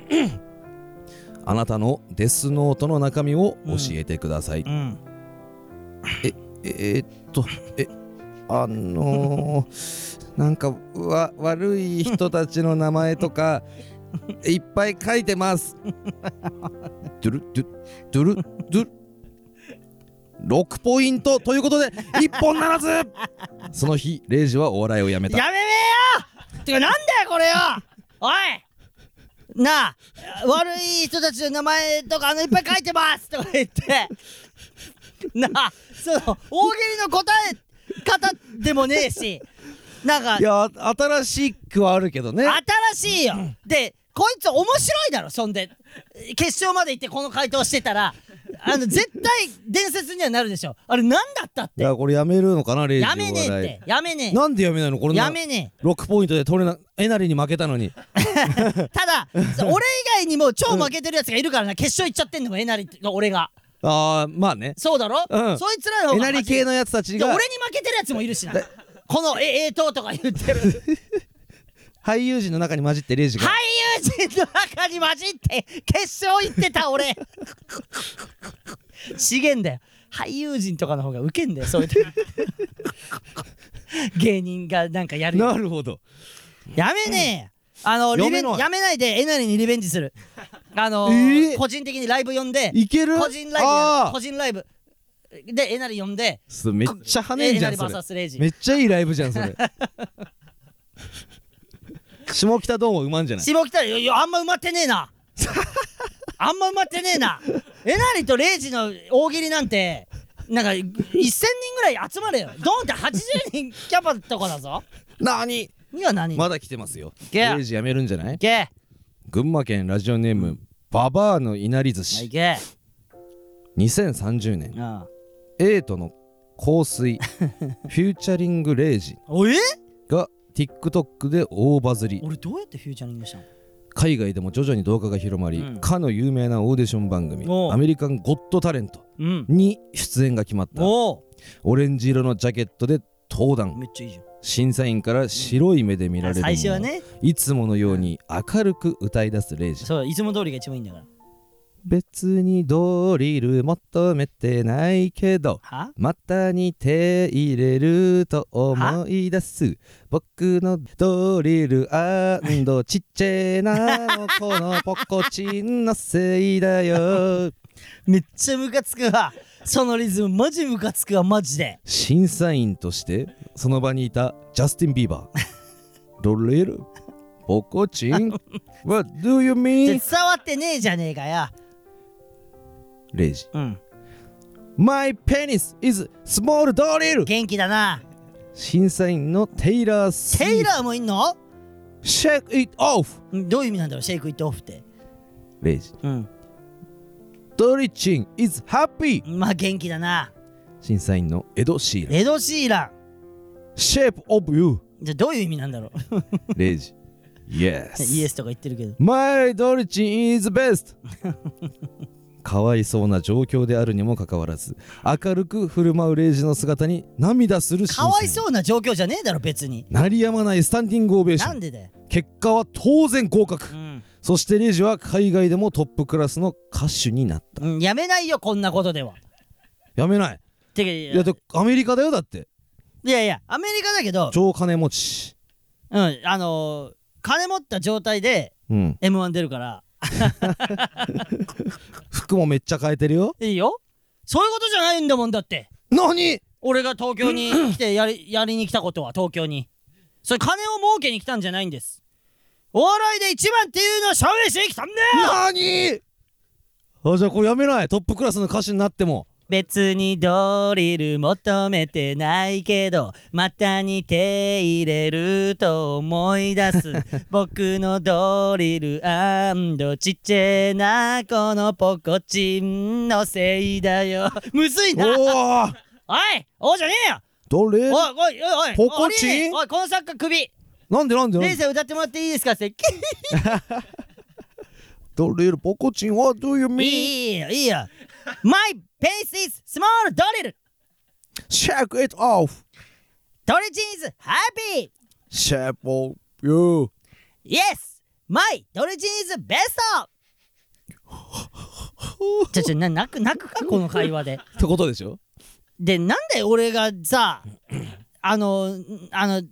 Speaker 2: あなたのデスノートの中身を教えてください、
Speaker 1: うん
Speaker 2: ええーっとえあの ー、なんかわ悪い人たちの名前とかいっぱい書いてます。ドゥルドゥドゥルドゥル6ポイントということで一本ならずその日レイジはお笑いをやめた
Speaker 1: やめめよてかなんだよこれよおいなあ悪い人たちの名前とかあのいっぱい書いてますとか言ってなあその大喜利の答え方でもねえしなんか
Speaker 2: いや新しくはあるけどね
Speaker 1: 新しいよでこいつ面白いだろそんで決勝まで行ってこの回答してたらあの絶対伝説にはなるでしょあれ何だったっ
Speaker 2: い
Speaker 1: て
Speaker 2: やこれやめるのかなレイジ
Speaker 1: やめね
Speaker 2: お
Speaker 1: えっ
Speaker 2: 笑い
Speaker 1: てやめね
Speaker 2: なんでやめないのこ
Speaker 1: え
Speaker 2: れ
Speaker 1: やめね
Speaker 2: 6ポイントで取れなえなりに負けたのに
Speaker 1: え ただそ俺以外にも超負けてるやつがいるからな決勝行っちゃってんのもえなりが俺が
Speaker 2: ああまあね
Speaker 1: そうだろ、
Speaker 2: うん
Speaker 1: そいつらの方
Speaker 2: え
Speaker 1: が
Speaker 2: なり系のやつたち
Speaker 1: で俺
Speaker 2: が
Speaker 1: に負けてるやつもいるしなこのええととか言ってる 俳優
Speaker 2: 俳優陣の中に混じってレイジが
Speaker 1: 陣の中に混じって決勝行ってた俺 資源だよ俳優陣とかの方がウケんだよそういう時芸人がなんかやるよ
Speaker 2: なるほど
Speaker 1: やめねえ、あのリ
Speaker 2: や
Speaker 1: ベ
Speaker 2: め
Speaker 1: ン
Speaker 2: ない
Speaker 1: やめないでえなりにリベンジす るあの
Speaker 2: えー
Speaker 1: 個人的にライブ呼んで
Speaker 2: いける
Speaker 1: 個人ライブやる
Speaker 2: あ
Speaker 1: 個人ライブでえなり呼んで
Speaker 2: あめっちゃ跳ね
Speaker 1: え
Speaker 2: ん
Speaker 1: え
Speaker 2: じ
Speaker 1: な
Speaker 2: ゃ
Speaker 1: り
Speaker 2: んそれ
Speaker 1: VS レイジ
Speaker 2: めっちゃいいライブじゃんそれ下北ドームうまんじゃない
Speaker 1: 下北いやいやあんま埋まってねえ なあんま埋まってねえなえなりとレイジの大喜利なんてなんか1000人ぐらい集まれよドンって80人キャパとかだぞ
Speaker 2: なに
Speaker 1: いや何
Speaker 2: まだ来てますよ
Speaker 1: け
Speaker 2: レイジやめるんじゃない
Speaker 1: いけ
Speaker 2: 群馬県ラジオネームババアのいなり寿
Speaker 1: い
Speaker 2: 司
Speaker 1: け
Speaker 2: 2030年
Speaker 1: ああ
Speaker 2: エイトの 香水フューチャリングレイジ
Speaker 1: おえ
Speaker 2: が TikTok で大バズり
Speaker 1: 俺どうやってフューチャリングしたの
Speaker 2: 海外でも徐々に動画が広まり、
Speaker 1: うん
Speaker 2: かの有名なオーディション番組
Speaker 1: おう
Speaker 2: 「アメリカン・ゴット・タレント
Speaker 1: うん」
Speaker 2: に出演が決まった
Speaker 1: おお
Speaker 2: オレンジ色のジャケットで登壇
Speaker 1: めっちゃいいじゃん
Speaker 2: 審査員から白い目で見られるも
Speaker 1: 最初はね
Speaker 2: いつものように明るく歌い出すレイジ
Speaker 1: そういつも通りが一番いいんだから
Speaker 2: 別にドリル求めてないけど
Speaker 1: は
Speaker 2: 股に手入れると思い出す僕のドリルアンドちっちゃなのこのポコチンのせいだよ
Speaker 1: めっちゃムカつくわそのリズムマジムカつくわマジで
Speaker 2: 審査員としてその場にいたジャスティン・ビ ーバードリルポコチ ン What do you
Speaker 1: 伝
Speaker 2: mean?
Speaker 1: わってねえじゃねえかよ
Speaker 2: レイジ
Speaker 1: うん、
Speaker 2: My penis is small ドリル
Speaker 1: 元気だな
Speaker 2: 審査員のテイラー・スウィフト
Speaker 1: テイラーもいんの
Speaker 2: Shake it off
Speaker 1: んどういう意味なんだろうシェイクイットオフって
Speaker 2: レイジ
Speaker 1: うん
Speaker 2: ドリチン is happy
Speaker 1: まあ元気だな
Speaker 2: 審査員のエド・シーラン
Speaker 1: エド・シーラ
Speaker 2: Shape of You
Speaker 1: ンじゃあどういう意味なんだろう
Speaker 2: レイジ Yes
Speaker 1: イエスとか言ってるけど
Speaker 2: My ドリチン is best かわいそうな状況であるにもかかわらず明るく振る舞うレイジの姿に涙する審査
Speaker 1: か
Speaker 2: 員
Speaker 1: わいそうな状況じゃねえだろ別に
Speaker 2: 鳴りやまないスタンディングオベーシ
Speaker 1: な
Speaker 2: ョ
Speaker 1: ん
Speaker 2: ン
Speaker 1: でだよ、
Speaker 2: 結果は当然合格
Speaker 1: うん
Speaker 2: そしてレイジは海外でもトップクラスの歌手になった
Speaker 1: うん、やめないよこんなことでは
Speaker 2: やめない
Speaker 1: てか
Speaker 2: いやだアメリカだよだって
Speaker 1: いやいやアメリカだけど
Speaker 2: 超金持ち
Speaker 1: うんあのー金持った状態で
Speaker 2: うん
Speaker 1: m 1出るから
Speaker 2: 服もめっちゃ変えてるよ
Speaker 1: いいよそういうことじゃないんだもんだって
Speaker 2: 何
Speaker 1: 俺が東京 に来てやりやりに来たことは東京にそれ金を儲けに来たんじゃないんですお笑いで一番っていうのを証明しに来たんだよ
Speaker 2: 何あじゃあこれやめないトップクラスの歌手になっても
Speaker 1: 別にドリル求めてないけど股に手入れると思い出 す僕のドリルちっちゃなこのポコチンのせいだよ むずい
Speaker 2: お
Speaker 1: な
Speaker 2: お
Speaker 1: おいおじゃねえよ
Speaker 2: ど
Speaker 1: おい
Speaker 2: れ
Speaker 1: おいおいおい
Speaker 2: ポコチン
Speaker 1: ありえねえおいこの作家首レ
Speaker 2: なんでなんでなん
Speaker 1: イ
Speaker 2: で
Speaker 1: さん歌ってもらっていいですかって
Speaker 2: どれポコチンはどういう
Speaker 1: い
Speaker 2: み
Speaker 1: いよいいよ My pace is small ドリル
Speaker 2: シェ k ク it off
Speaker 1: ドリチン is happy
Speaker 2: シェ p of you
Speaker 1: Yes! My ドルジン is best! ちょちょな泣く泣くかこの会話で。
Speaker 2: ってことでしょ
Speaker 1: でなんで俺がさあのんあの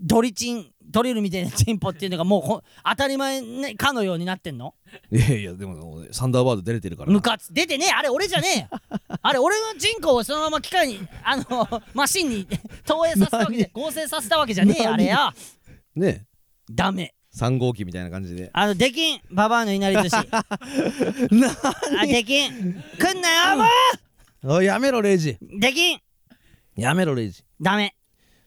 Speaker 1: ドリチンドリルみたいなチンポっていうのがもうほ当たり前、ね、かのようになってんの
Speaker 2: いやいやでもサンダーバード出れてるからな
Speaker 1: ムカつ出てねえあれ俺じゃね えよあれ俺の人口をそのまま機械にあの マシンに投影させたわけで合成させたわけじゃねえよあれや
Speaker 2: ね
Speaker 1: ダメ
Speaker 2: 3号機みたいな感じで
Speaker 1: あのできんババアのいなり寿 司あできん来んなよも
Speaker 2: あやめろレイジ
Speaker 1: うできん
Speaker 2: やめろレイジ
Speaker 1: ダメ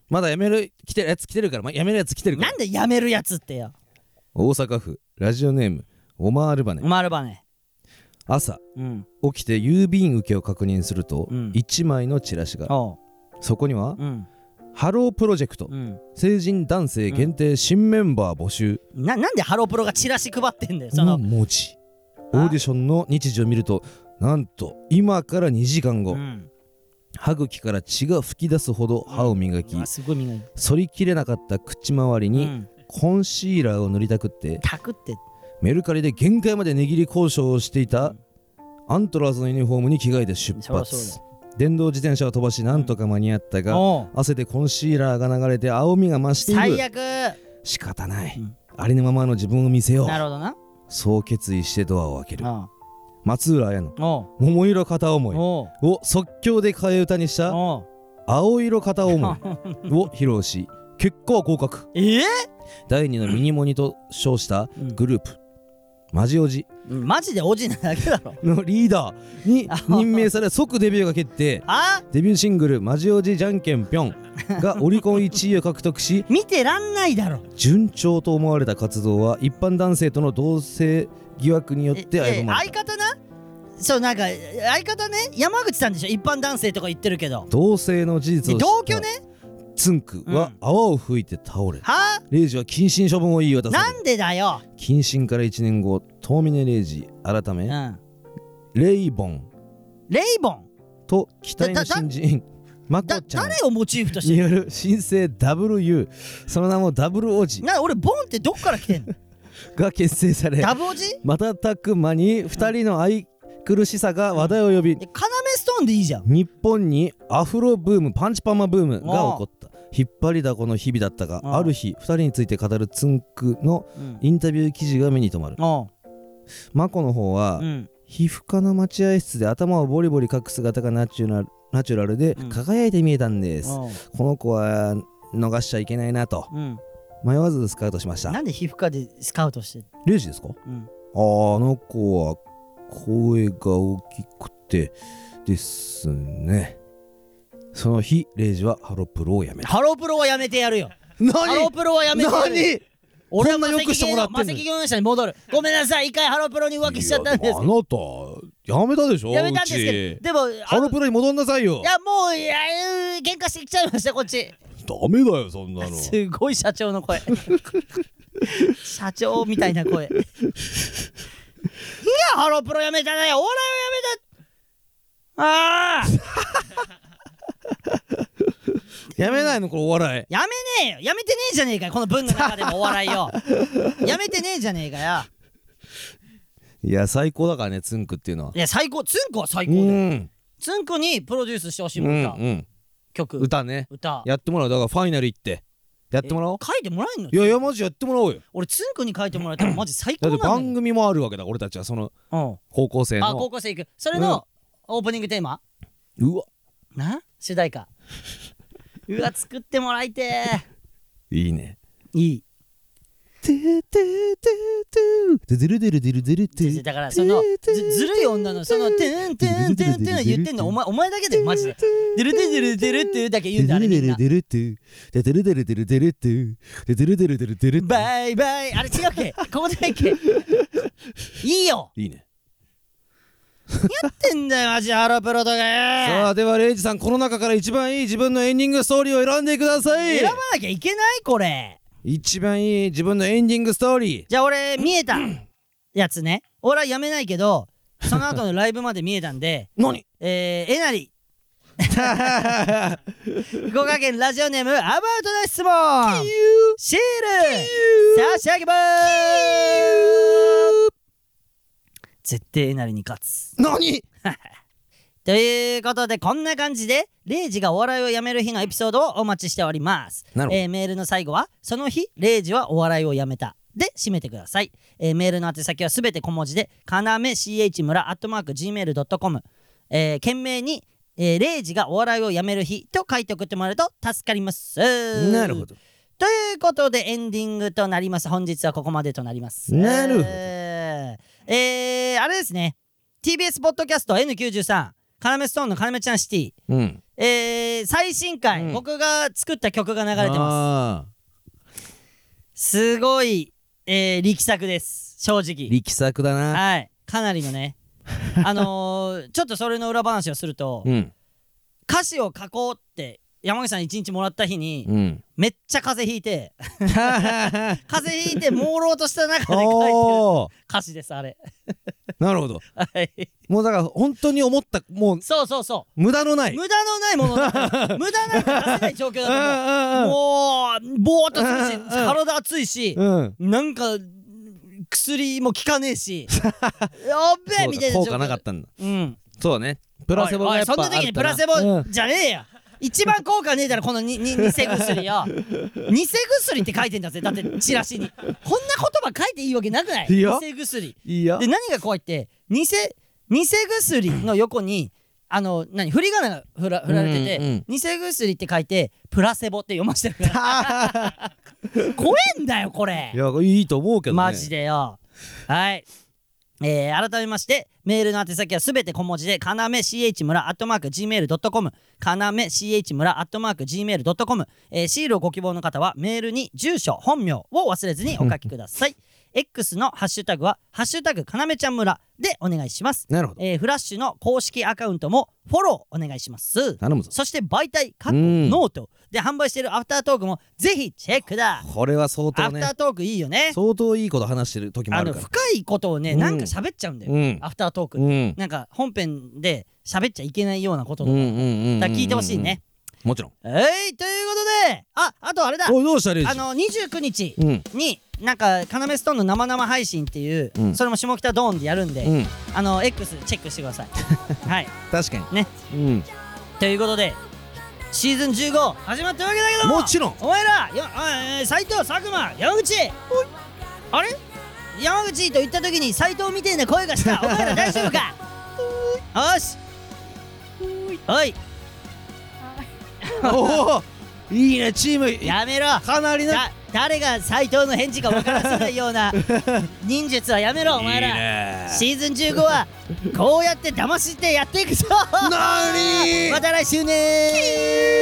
Speaker 2: まだやめる来てるやつ来てるから、ま、やめるやつ来てるか
Speaker 1: な
Speaker 2: ら
Speaker 1: んでやめるやつってよ
Speaker 2: 大阪府ラジオネームオマールバネ
Speaker 1: まるばね
Speaker 2: 朝
Speaker 1: うん
Speaker 2: 起きて郵便受けを確認すると、
Speaker 1: うん
Speaker 2: 一1枚のチラシが
Speaker 1: おう
Speaker 2: そこには
Speaker 1: うん
Speaker 2: 「ハロープロジェクト、
Speaker 1: うん
Speaker 2: 成人男性限定新メンバー募集
Speaker 1: ななんでハロプロがチラシ配ってんだよ」その
Speaker 2: の文字オ
Speaker 1: あ
Speaker 2: ーディションの日時を見るとなんと今から2時間後、
Speaker 1: うん
Speaker 2: 歯茎から血が噴き出すほど歯を磨き、
Speaker 1: あすごいみんな
Speaker 2: 反りきれなかった口周り
Speaker 1: う
Speaker 2: に
Speaker 1: ん
Speaker 2: コンシーラーを塗りたくって、
Speaker 1: タクって
Speaker 2: メルカリで限界まで値切り交渉をしていたアントラーズのユニフォームに着替えて出
Speaker 1: そりゃ
Speaker 2: 発
Speaker 1: そう
Speaker 2: 電動自転車を飛ばしなんとか間に合ったが、
Speaker 1: おう
Speaker 2: 汗でコンシーラーが流れて青みが増してい
Speaker 1: 最
Speaker 2: る
Speaker 1: 悪
Speaker 2: 仕方ない、
Speaker 1: うん
Speaker 2: ありのままの自分を見せよう
Speaker 1: なるほどな
Speaker 2: そう決意してドアを開ける
Speaker 1: あ
Speaker 2: 松浦綾の
Speaker 1: あお
Speaker 2: 「桃色片
Speaker 1: う
Speaker 2: 思い」
Speaker 1: おう
Speaker 2: を即興で替え歌にした
Speaker 1: おう
Speaker 2: 「青色 片思い」を披露し結果は合格
Speaker 1: ええ
Speaker 2: 第2のミニモニと称したグループマジオジ
Speaker 1: マジでオジなだけだろ
Speaker 2: のリーダーに任命され即デビューが決定
Speaker 1: あ
Speaker 2: デビューシングル「マジオジじゃんけんぴょん」がオリコン1位を獲得し
Speaker 1: 見てらんないだろ
Speaker 2: 順調と思われた活動は一般男性との同性疑惑によっ
Speaker 1: え
Speaker 2: て
Speaker 1: え
Speaker 2: 危ぶまれ
Speaker 1: 相
Speaker 2: た
Speaker 1: 方なそうなんか相方ね山口さんでしょ一般男性とか言ってるけど
Speaker 2: 同性の事実を知っ
Speaker 1: 同
Speaker 2: た
Speaker 1: 居ね
Speaker 2: ツンク
Speaker 1: う
Speaker 2: は
Speaker 1: ん
Speaker 2: 泡を吹いて倒れ
Speaker 1: は
Speaker 2: レイジは謹慎処分を言い渡
Speaker 1: あ
Speaker 2: さ
Speaker 1: な
Speaker 2: れる
Speaker 1: んでだよ
Speaker 2: 謹慎から1年後遠峰レイジ改
Speaker 1: う
Speaker 2: め
Speaker 1: ん
Speaker 2: レイボン
Speaker 1: レイボン
Speaker 2: と期待の新人マコ
Speaker 1: だ
Speaker 2: ちゃん
Speaker 1: 誰をモチーフとして
Speaker 2: による新生 WU その名もダブル王子
Speaker 1: な俺ボンってどっから来て んの
Speaker 2: が結成され
Speaker 1: ダブオジ
Speaker 2: 瞬く間に2人の愛苦しさが話題を呼び
Speaker 1: えカナメストーンでいいじゃん
Speaker 2: 日本にアフロブームパンチパーマブームが起こった引っ張りだこの日々だったが
Speaker 1: うん
Speaker 2: ある日2人について語るツンクの
Speaker 1: うん
Speaker 2: インタビュー記事が目に留まる
Speaker 1: お
Speaker 2: マコの方は
Speaker 1: ううん
Speaker 2: 皮膚科の待合室で頭をボリボリ隠す姿がナチュラルナチュラルで
Speaker 1: うん
Speaker 2: 輝いて見えたんです、
Speaker 1: おう
Speaker 2: この子は逃しちゃいけないなと
Speaker 1: うん
Speaker 2: 迷わずスカウトしました
Speaker 1: なんで皮膚科でスカウトして
Speaker 2: レイジですか
Speaker 1: うん
Speaker 2: あーあの子は声が大きくてですねその日レイジはハロプロを辞めた
Speaker 1: ハロプロはやめてやるよハロ
Speaker 2: 何
Speaker 1: プロはやめてやるよ
Speaker 2: 何
Speaker 1: 俺は
Speaker 2: こんな良くしてもらってんの
Speaker 1: マセキ芸能者に戻るごめんなさい一回ハロプロに浮気しちゃったんです
Speaker 2: いやもあなた辞めたでしょ
Speaker 1: やめたんですけど
Speaker 2: う
Speaker 1: でも
Speaker 2: ち
Speaker 1: あ
Speaker 2: ハ
Speaker 1: の
Speaker 2: ロプロに戻んなさいよ
Speaker 1: いやもういやうー喧嘩してきちゃいましたこっち
Speaker 2: ダメだよそんなの
Speaker 1: すごい社長の 声社長みたいな声いやハロプロやめたなよお笑いはやめたああ
Speaker 2: やめないのこれお笑い
Speaker 1: やめねえよやめてねえじゃねえかよこの文の中でもお笑いよやめてねえじゃねえかよ
Speaker 2: いや最高だからねつんくっていうのはい
Speaker 1: や最高つんこは最
Speaker 2: う
Speaker 1: 高だよ
Speaker 2: ん
Speaker 1: つんこにプロデュースしてほしい
Speaker 2: うん
Speaker 1: も
Speaker 2: うん
Speaker 1: な、
Speaker 2: ん
Speaker 1: 曲
Speaker 2: 歌ね
Speaker 1: 歌
Speaker 2: やってもらうだからファイナル行ってやってもらおう
Speaker 1: 書いてもらえんの
Speaker 2: いやいやマジやってもらおうよ
Speaker 1: 俺つんくに書いてもらえたら マジ最
Speaker 2: だ
Speaker 1: 高な
Speaker 2: って
Speaker 1: んだよ、
Speaker 2: 番組もあるわけだから俺たちはその
Speaker 1: うん
Speaker 2: 高校生
Speaker 1: あ高
Speaker 2: の
Speaker 1: 校生行くそれのオープニングテーマ、
Speaker 2: うわ
Speaker 1: な主題 歌うわ作ってもらいて
Speaker 2: いいね
Speaker 1: ーいい
Speaker 2: トゥトゥトゥトゥズルデルデルデル
Speaker 1: 先生だからそのずずるい女のその「てんてんてんてん」言ってんのお前お前だけだよマジで「でるでるでるっていうだけ言うんだあれみんな
Speaker 2: デルトゥデルデルデルデルトゥデルデルデルデルトゥ
Speaker 1: バイバイあれ違うっけここじゃないっ けいいよ
Speaker 2: いいね
Speaker 1: やってんだよマジハロプロとか
Speaker 2: さ
Speaker 1: よ
Speaker 2: あではレイジさんこの中から一番いい自分のエンディングストーリーを選んでください
Speaker 1: 選ばなきゃいけないこれ
Speaker 2: 一番いい自分のエンディングストーリー
Speaker 1: じゃあ俺見えた やつね俺はやめないけどその後のライブまで見えたんで
Speaker 2: 何
Speaker 1: えー、えなり福岡県ラジオネームアバウトな質問シール差し上げます絶対えなりに勝つ
Speaker 2: 何
Speaker 1: ということでこんな感じでレイジがお笑いをやめる日のエピソードをお待ちしております
Speaker 2: なるほど
Speaker 1: えーメールの最後は「その日レイジはお笑いをやめた」で締めてください、えーメールの宛先はすべて小文字でかなめ CH 村アットマーク Gmail.com、えー、懸命に、えーレイジがお笑いをやめる日」と書いて送ってもらえると助かります
Speaker 2: なるほど
Speaker 1: ということでエンディングとなります本日はここまでとなります
Speaker 2: なるほど
Speaker 1: えーえーあれですね TBS ポッドキャスト N93 カラメストーンのカラメちゃんシティ
Speaker 2: うん
Speaker 1: えー最新回、
Speaker 2: うん
Speaker 1: 僕が作った曲が流れてま
Speaker 2: ます
Speaker 1: すごい、えー力作です正直
Speaker 2: 力作だな
Speaker 1: はいかなりの ねあのーちょっとそれの裏話をすると、
Speaker 2: うん
Speaker 1: 歌詞を書こうって山口さんに一日もらった日に、
Speaker 2: うん
Speaker 1: めっちゃ風邪ひいて
Speaker 2: あ
Speaker 1: 風邪ひいて朦朧とした中で書いてる
Speaker 2: ー
Speaker 1: 歌詞ですあれ
Speaker 2: なるほど
Speaker 1: はい
Speaker 2: もうだから本当に思ったも う
Speaker 1: そうそうそ
Speaker 2: 無駄のな
Speaker 1: う
Speaker 2: い
Speaker 1: 無駄のないものだ から無駄なんか出せない状況だと思う
Speaker 2: う
Speaker 1: もうぼーっとする
Speaker 2: うんう
Speaker 1: し
Speaker 2: ん
Speaker 1: 体熱いし
Speaker 2: んうんうん
Speaker 1: なんか薬も効かねえ しやっべえみたいな
Speaker 2: 効
Speaker 1: 状況
Speaker 2: 果なかったんだ
Speaker 1: うん
Speaker 2: そうねプラセボ
Speaker 1: おい
Speaker 2: が
Speaker 1: お
Speaker 2: や
Speaker 1: い
Speaker 2: っぱ
Speaker 1: そんな時にプラセボじゃねえや一番効果ねえだろこのに に偽薬よ偽薬って書いてんだぜだってチラシにこんな言葉書いていいわけなくない
Speaker 2: いいよ
Speaker 1: 偽薬
Speaker 2: いいよ
Speaker 1: で何が怖いって偽偽薬の横にあの何振り仮名が振ら振られてて、
Speaker 2: うんうん
Speaker 1: 偽薬って書いてプラセボって読ませてるから 怖えんだよこれ
Speaker 2: いやいいと思うけどね
Speaker 1: マジでよはいえー改めましてメールの宛先はすべて小文字でかなめ CH 村アットマーク Gmail.com かなめ CH 村アットマーク Gmail.com、えーシールをご希望の方はメールに住所本名を忘れずにお書きください X のハッシュタグは「ハッシュタグかなめちゃん村」でお願いします、
Speaker 2: なるほど
Speaker 1: えーフラッシュの公式アカウントもフォローお願いします
Speaker 2: 頼むぞ
Speaker 1: そして媒体各
Speaker 2: うん
Speaker 1: ノートで販売しているアフタートークもぜひチェックだ、
Speaker 2: これは相
Speaker 1: ア
Speaker 2: 当
Speaker 1: フ
Speaker 2: ね
Speaker 1: タートークいいよね
Speaker 2: 相当いいこと話してる時もあ
Speaker 1: あ
Speaker 2: る
Speaker 1: の
Speaker 2: から
Speaker 1: 深いことをね、
Speaker 2: うん
Speaker 1: なんか喋っちゃうんだよ、
Speaker 2: うん
Speaker 1: アフタートーク、
Speaker 2: うん
Speaker 1: なんか本編で喋っちゃいけないようなこと
Speaker 2: う
Speaker 1: と
Speaker 2: ん
Speaker 1: か,、
Speaker 2: うん
Speaker 1: 聞いてほしいね、
Speaker 2: もちろん
Speaker 1: えいということでああとあれだ
Speaker 2: おいどうしたレイジ
Speaker 1: あの29日
Speaker 2: うん
Speaker 1: になんか「要ストーン」の生々配信っていう、
Speaker 2: うん
Speaker 1: それも下北ドーンでやるんで、
Speaker 2: うん
Speaker 1: あの X チェックしてくださ いはい
Speaker 2: 確かに
Speaker 1: ね
Speaker 2: うん
Speaker 1: ということでシーズン15始まったわけだけども
Speaker 2: もちろん
Speaker 1: お前らよあえー斉藤佐久間山口あれ山口と言った時に斉藤みてえな声が したお前ら大丈夫かよしおい
Speaker 2: おおいいねチーム
Speaker 1: やめろ
Speaker 2: かなりな
Speaker 1: だ誰が斉藤の返事か分からせないよう な忍術はやめろお前ら
Speaker 2: いいね
Speaker 1: シーズン15はこうやって騙してやっていくぞ
Speaker 2: なに
Speaker 1: また来週ねー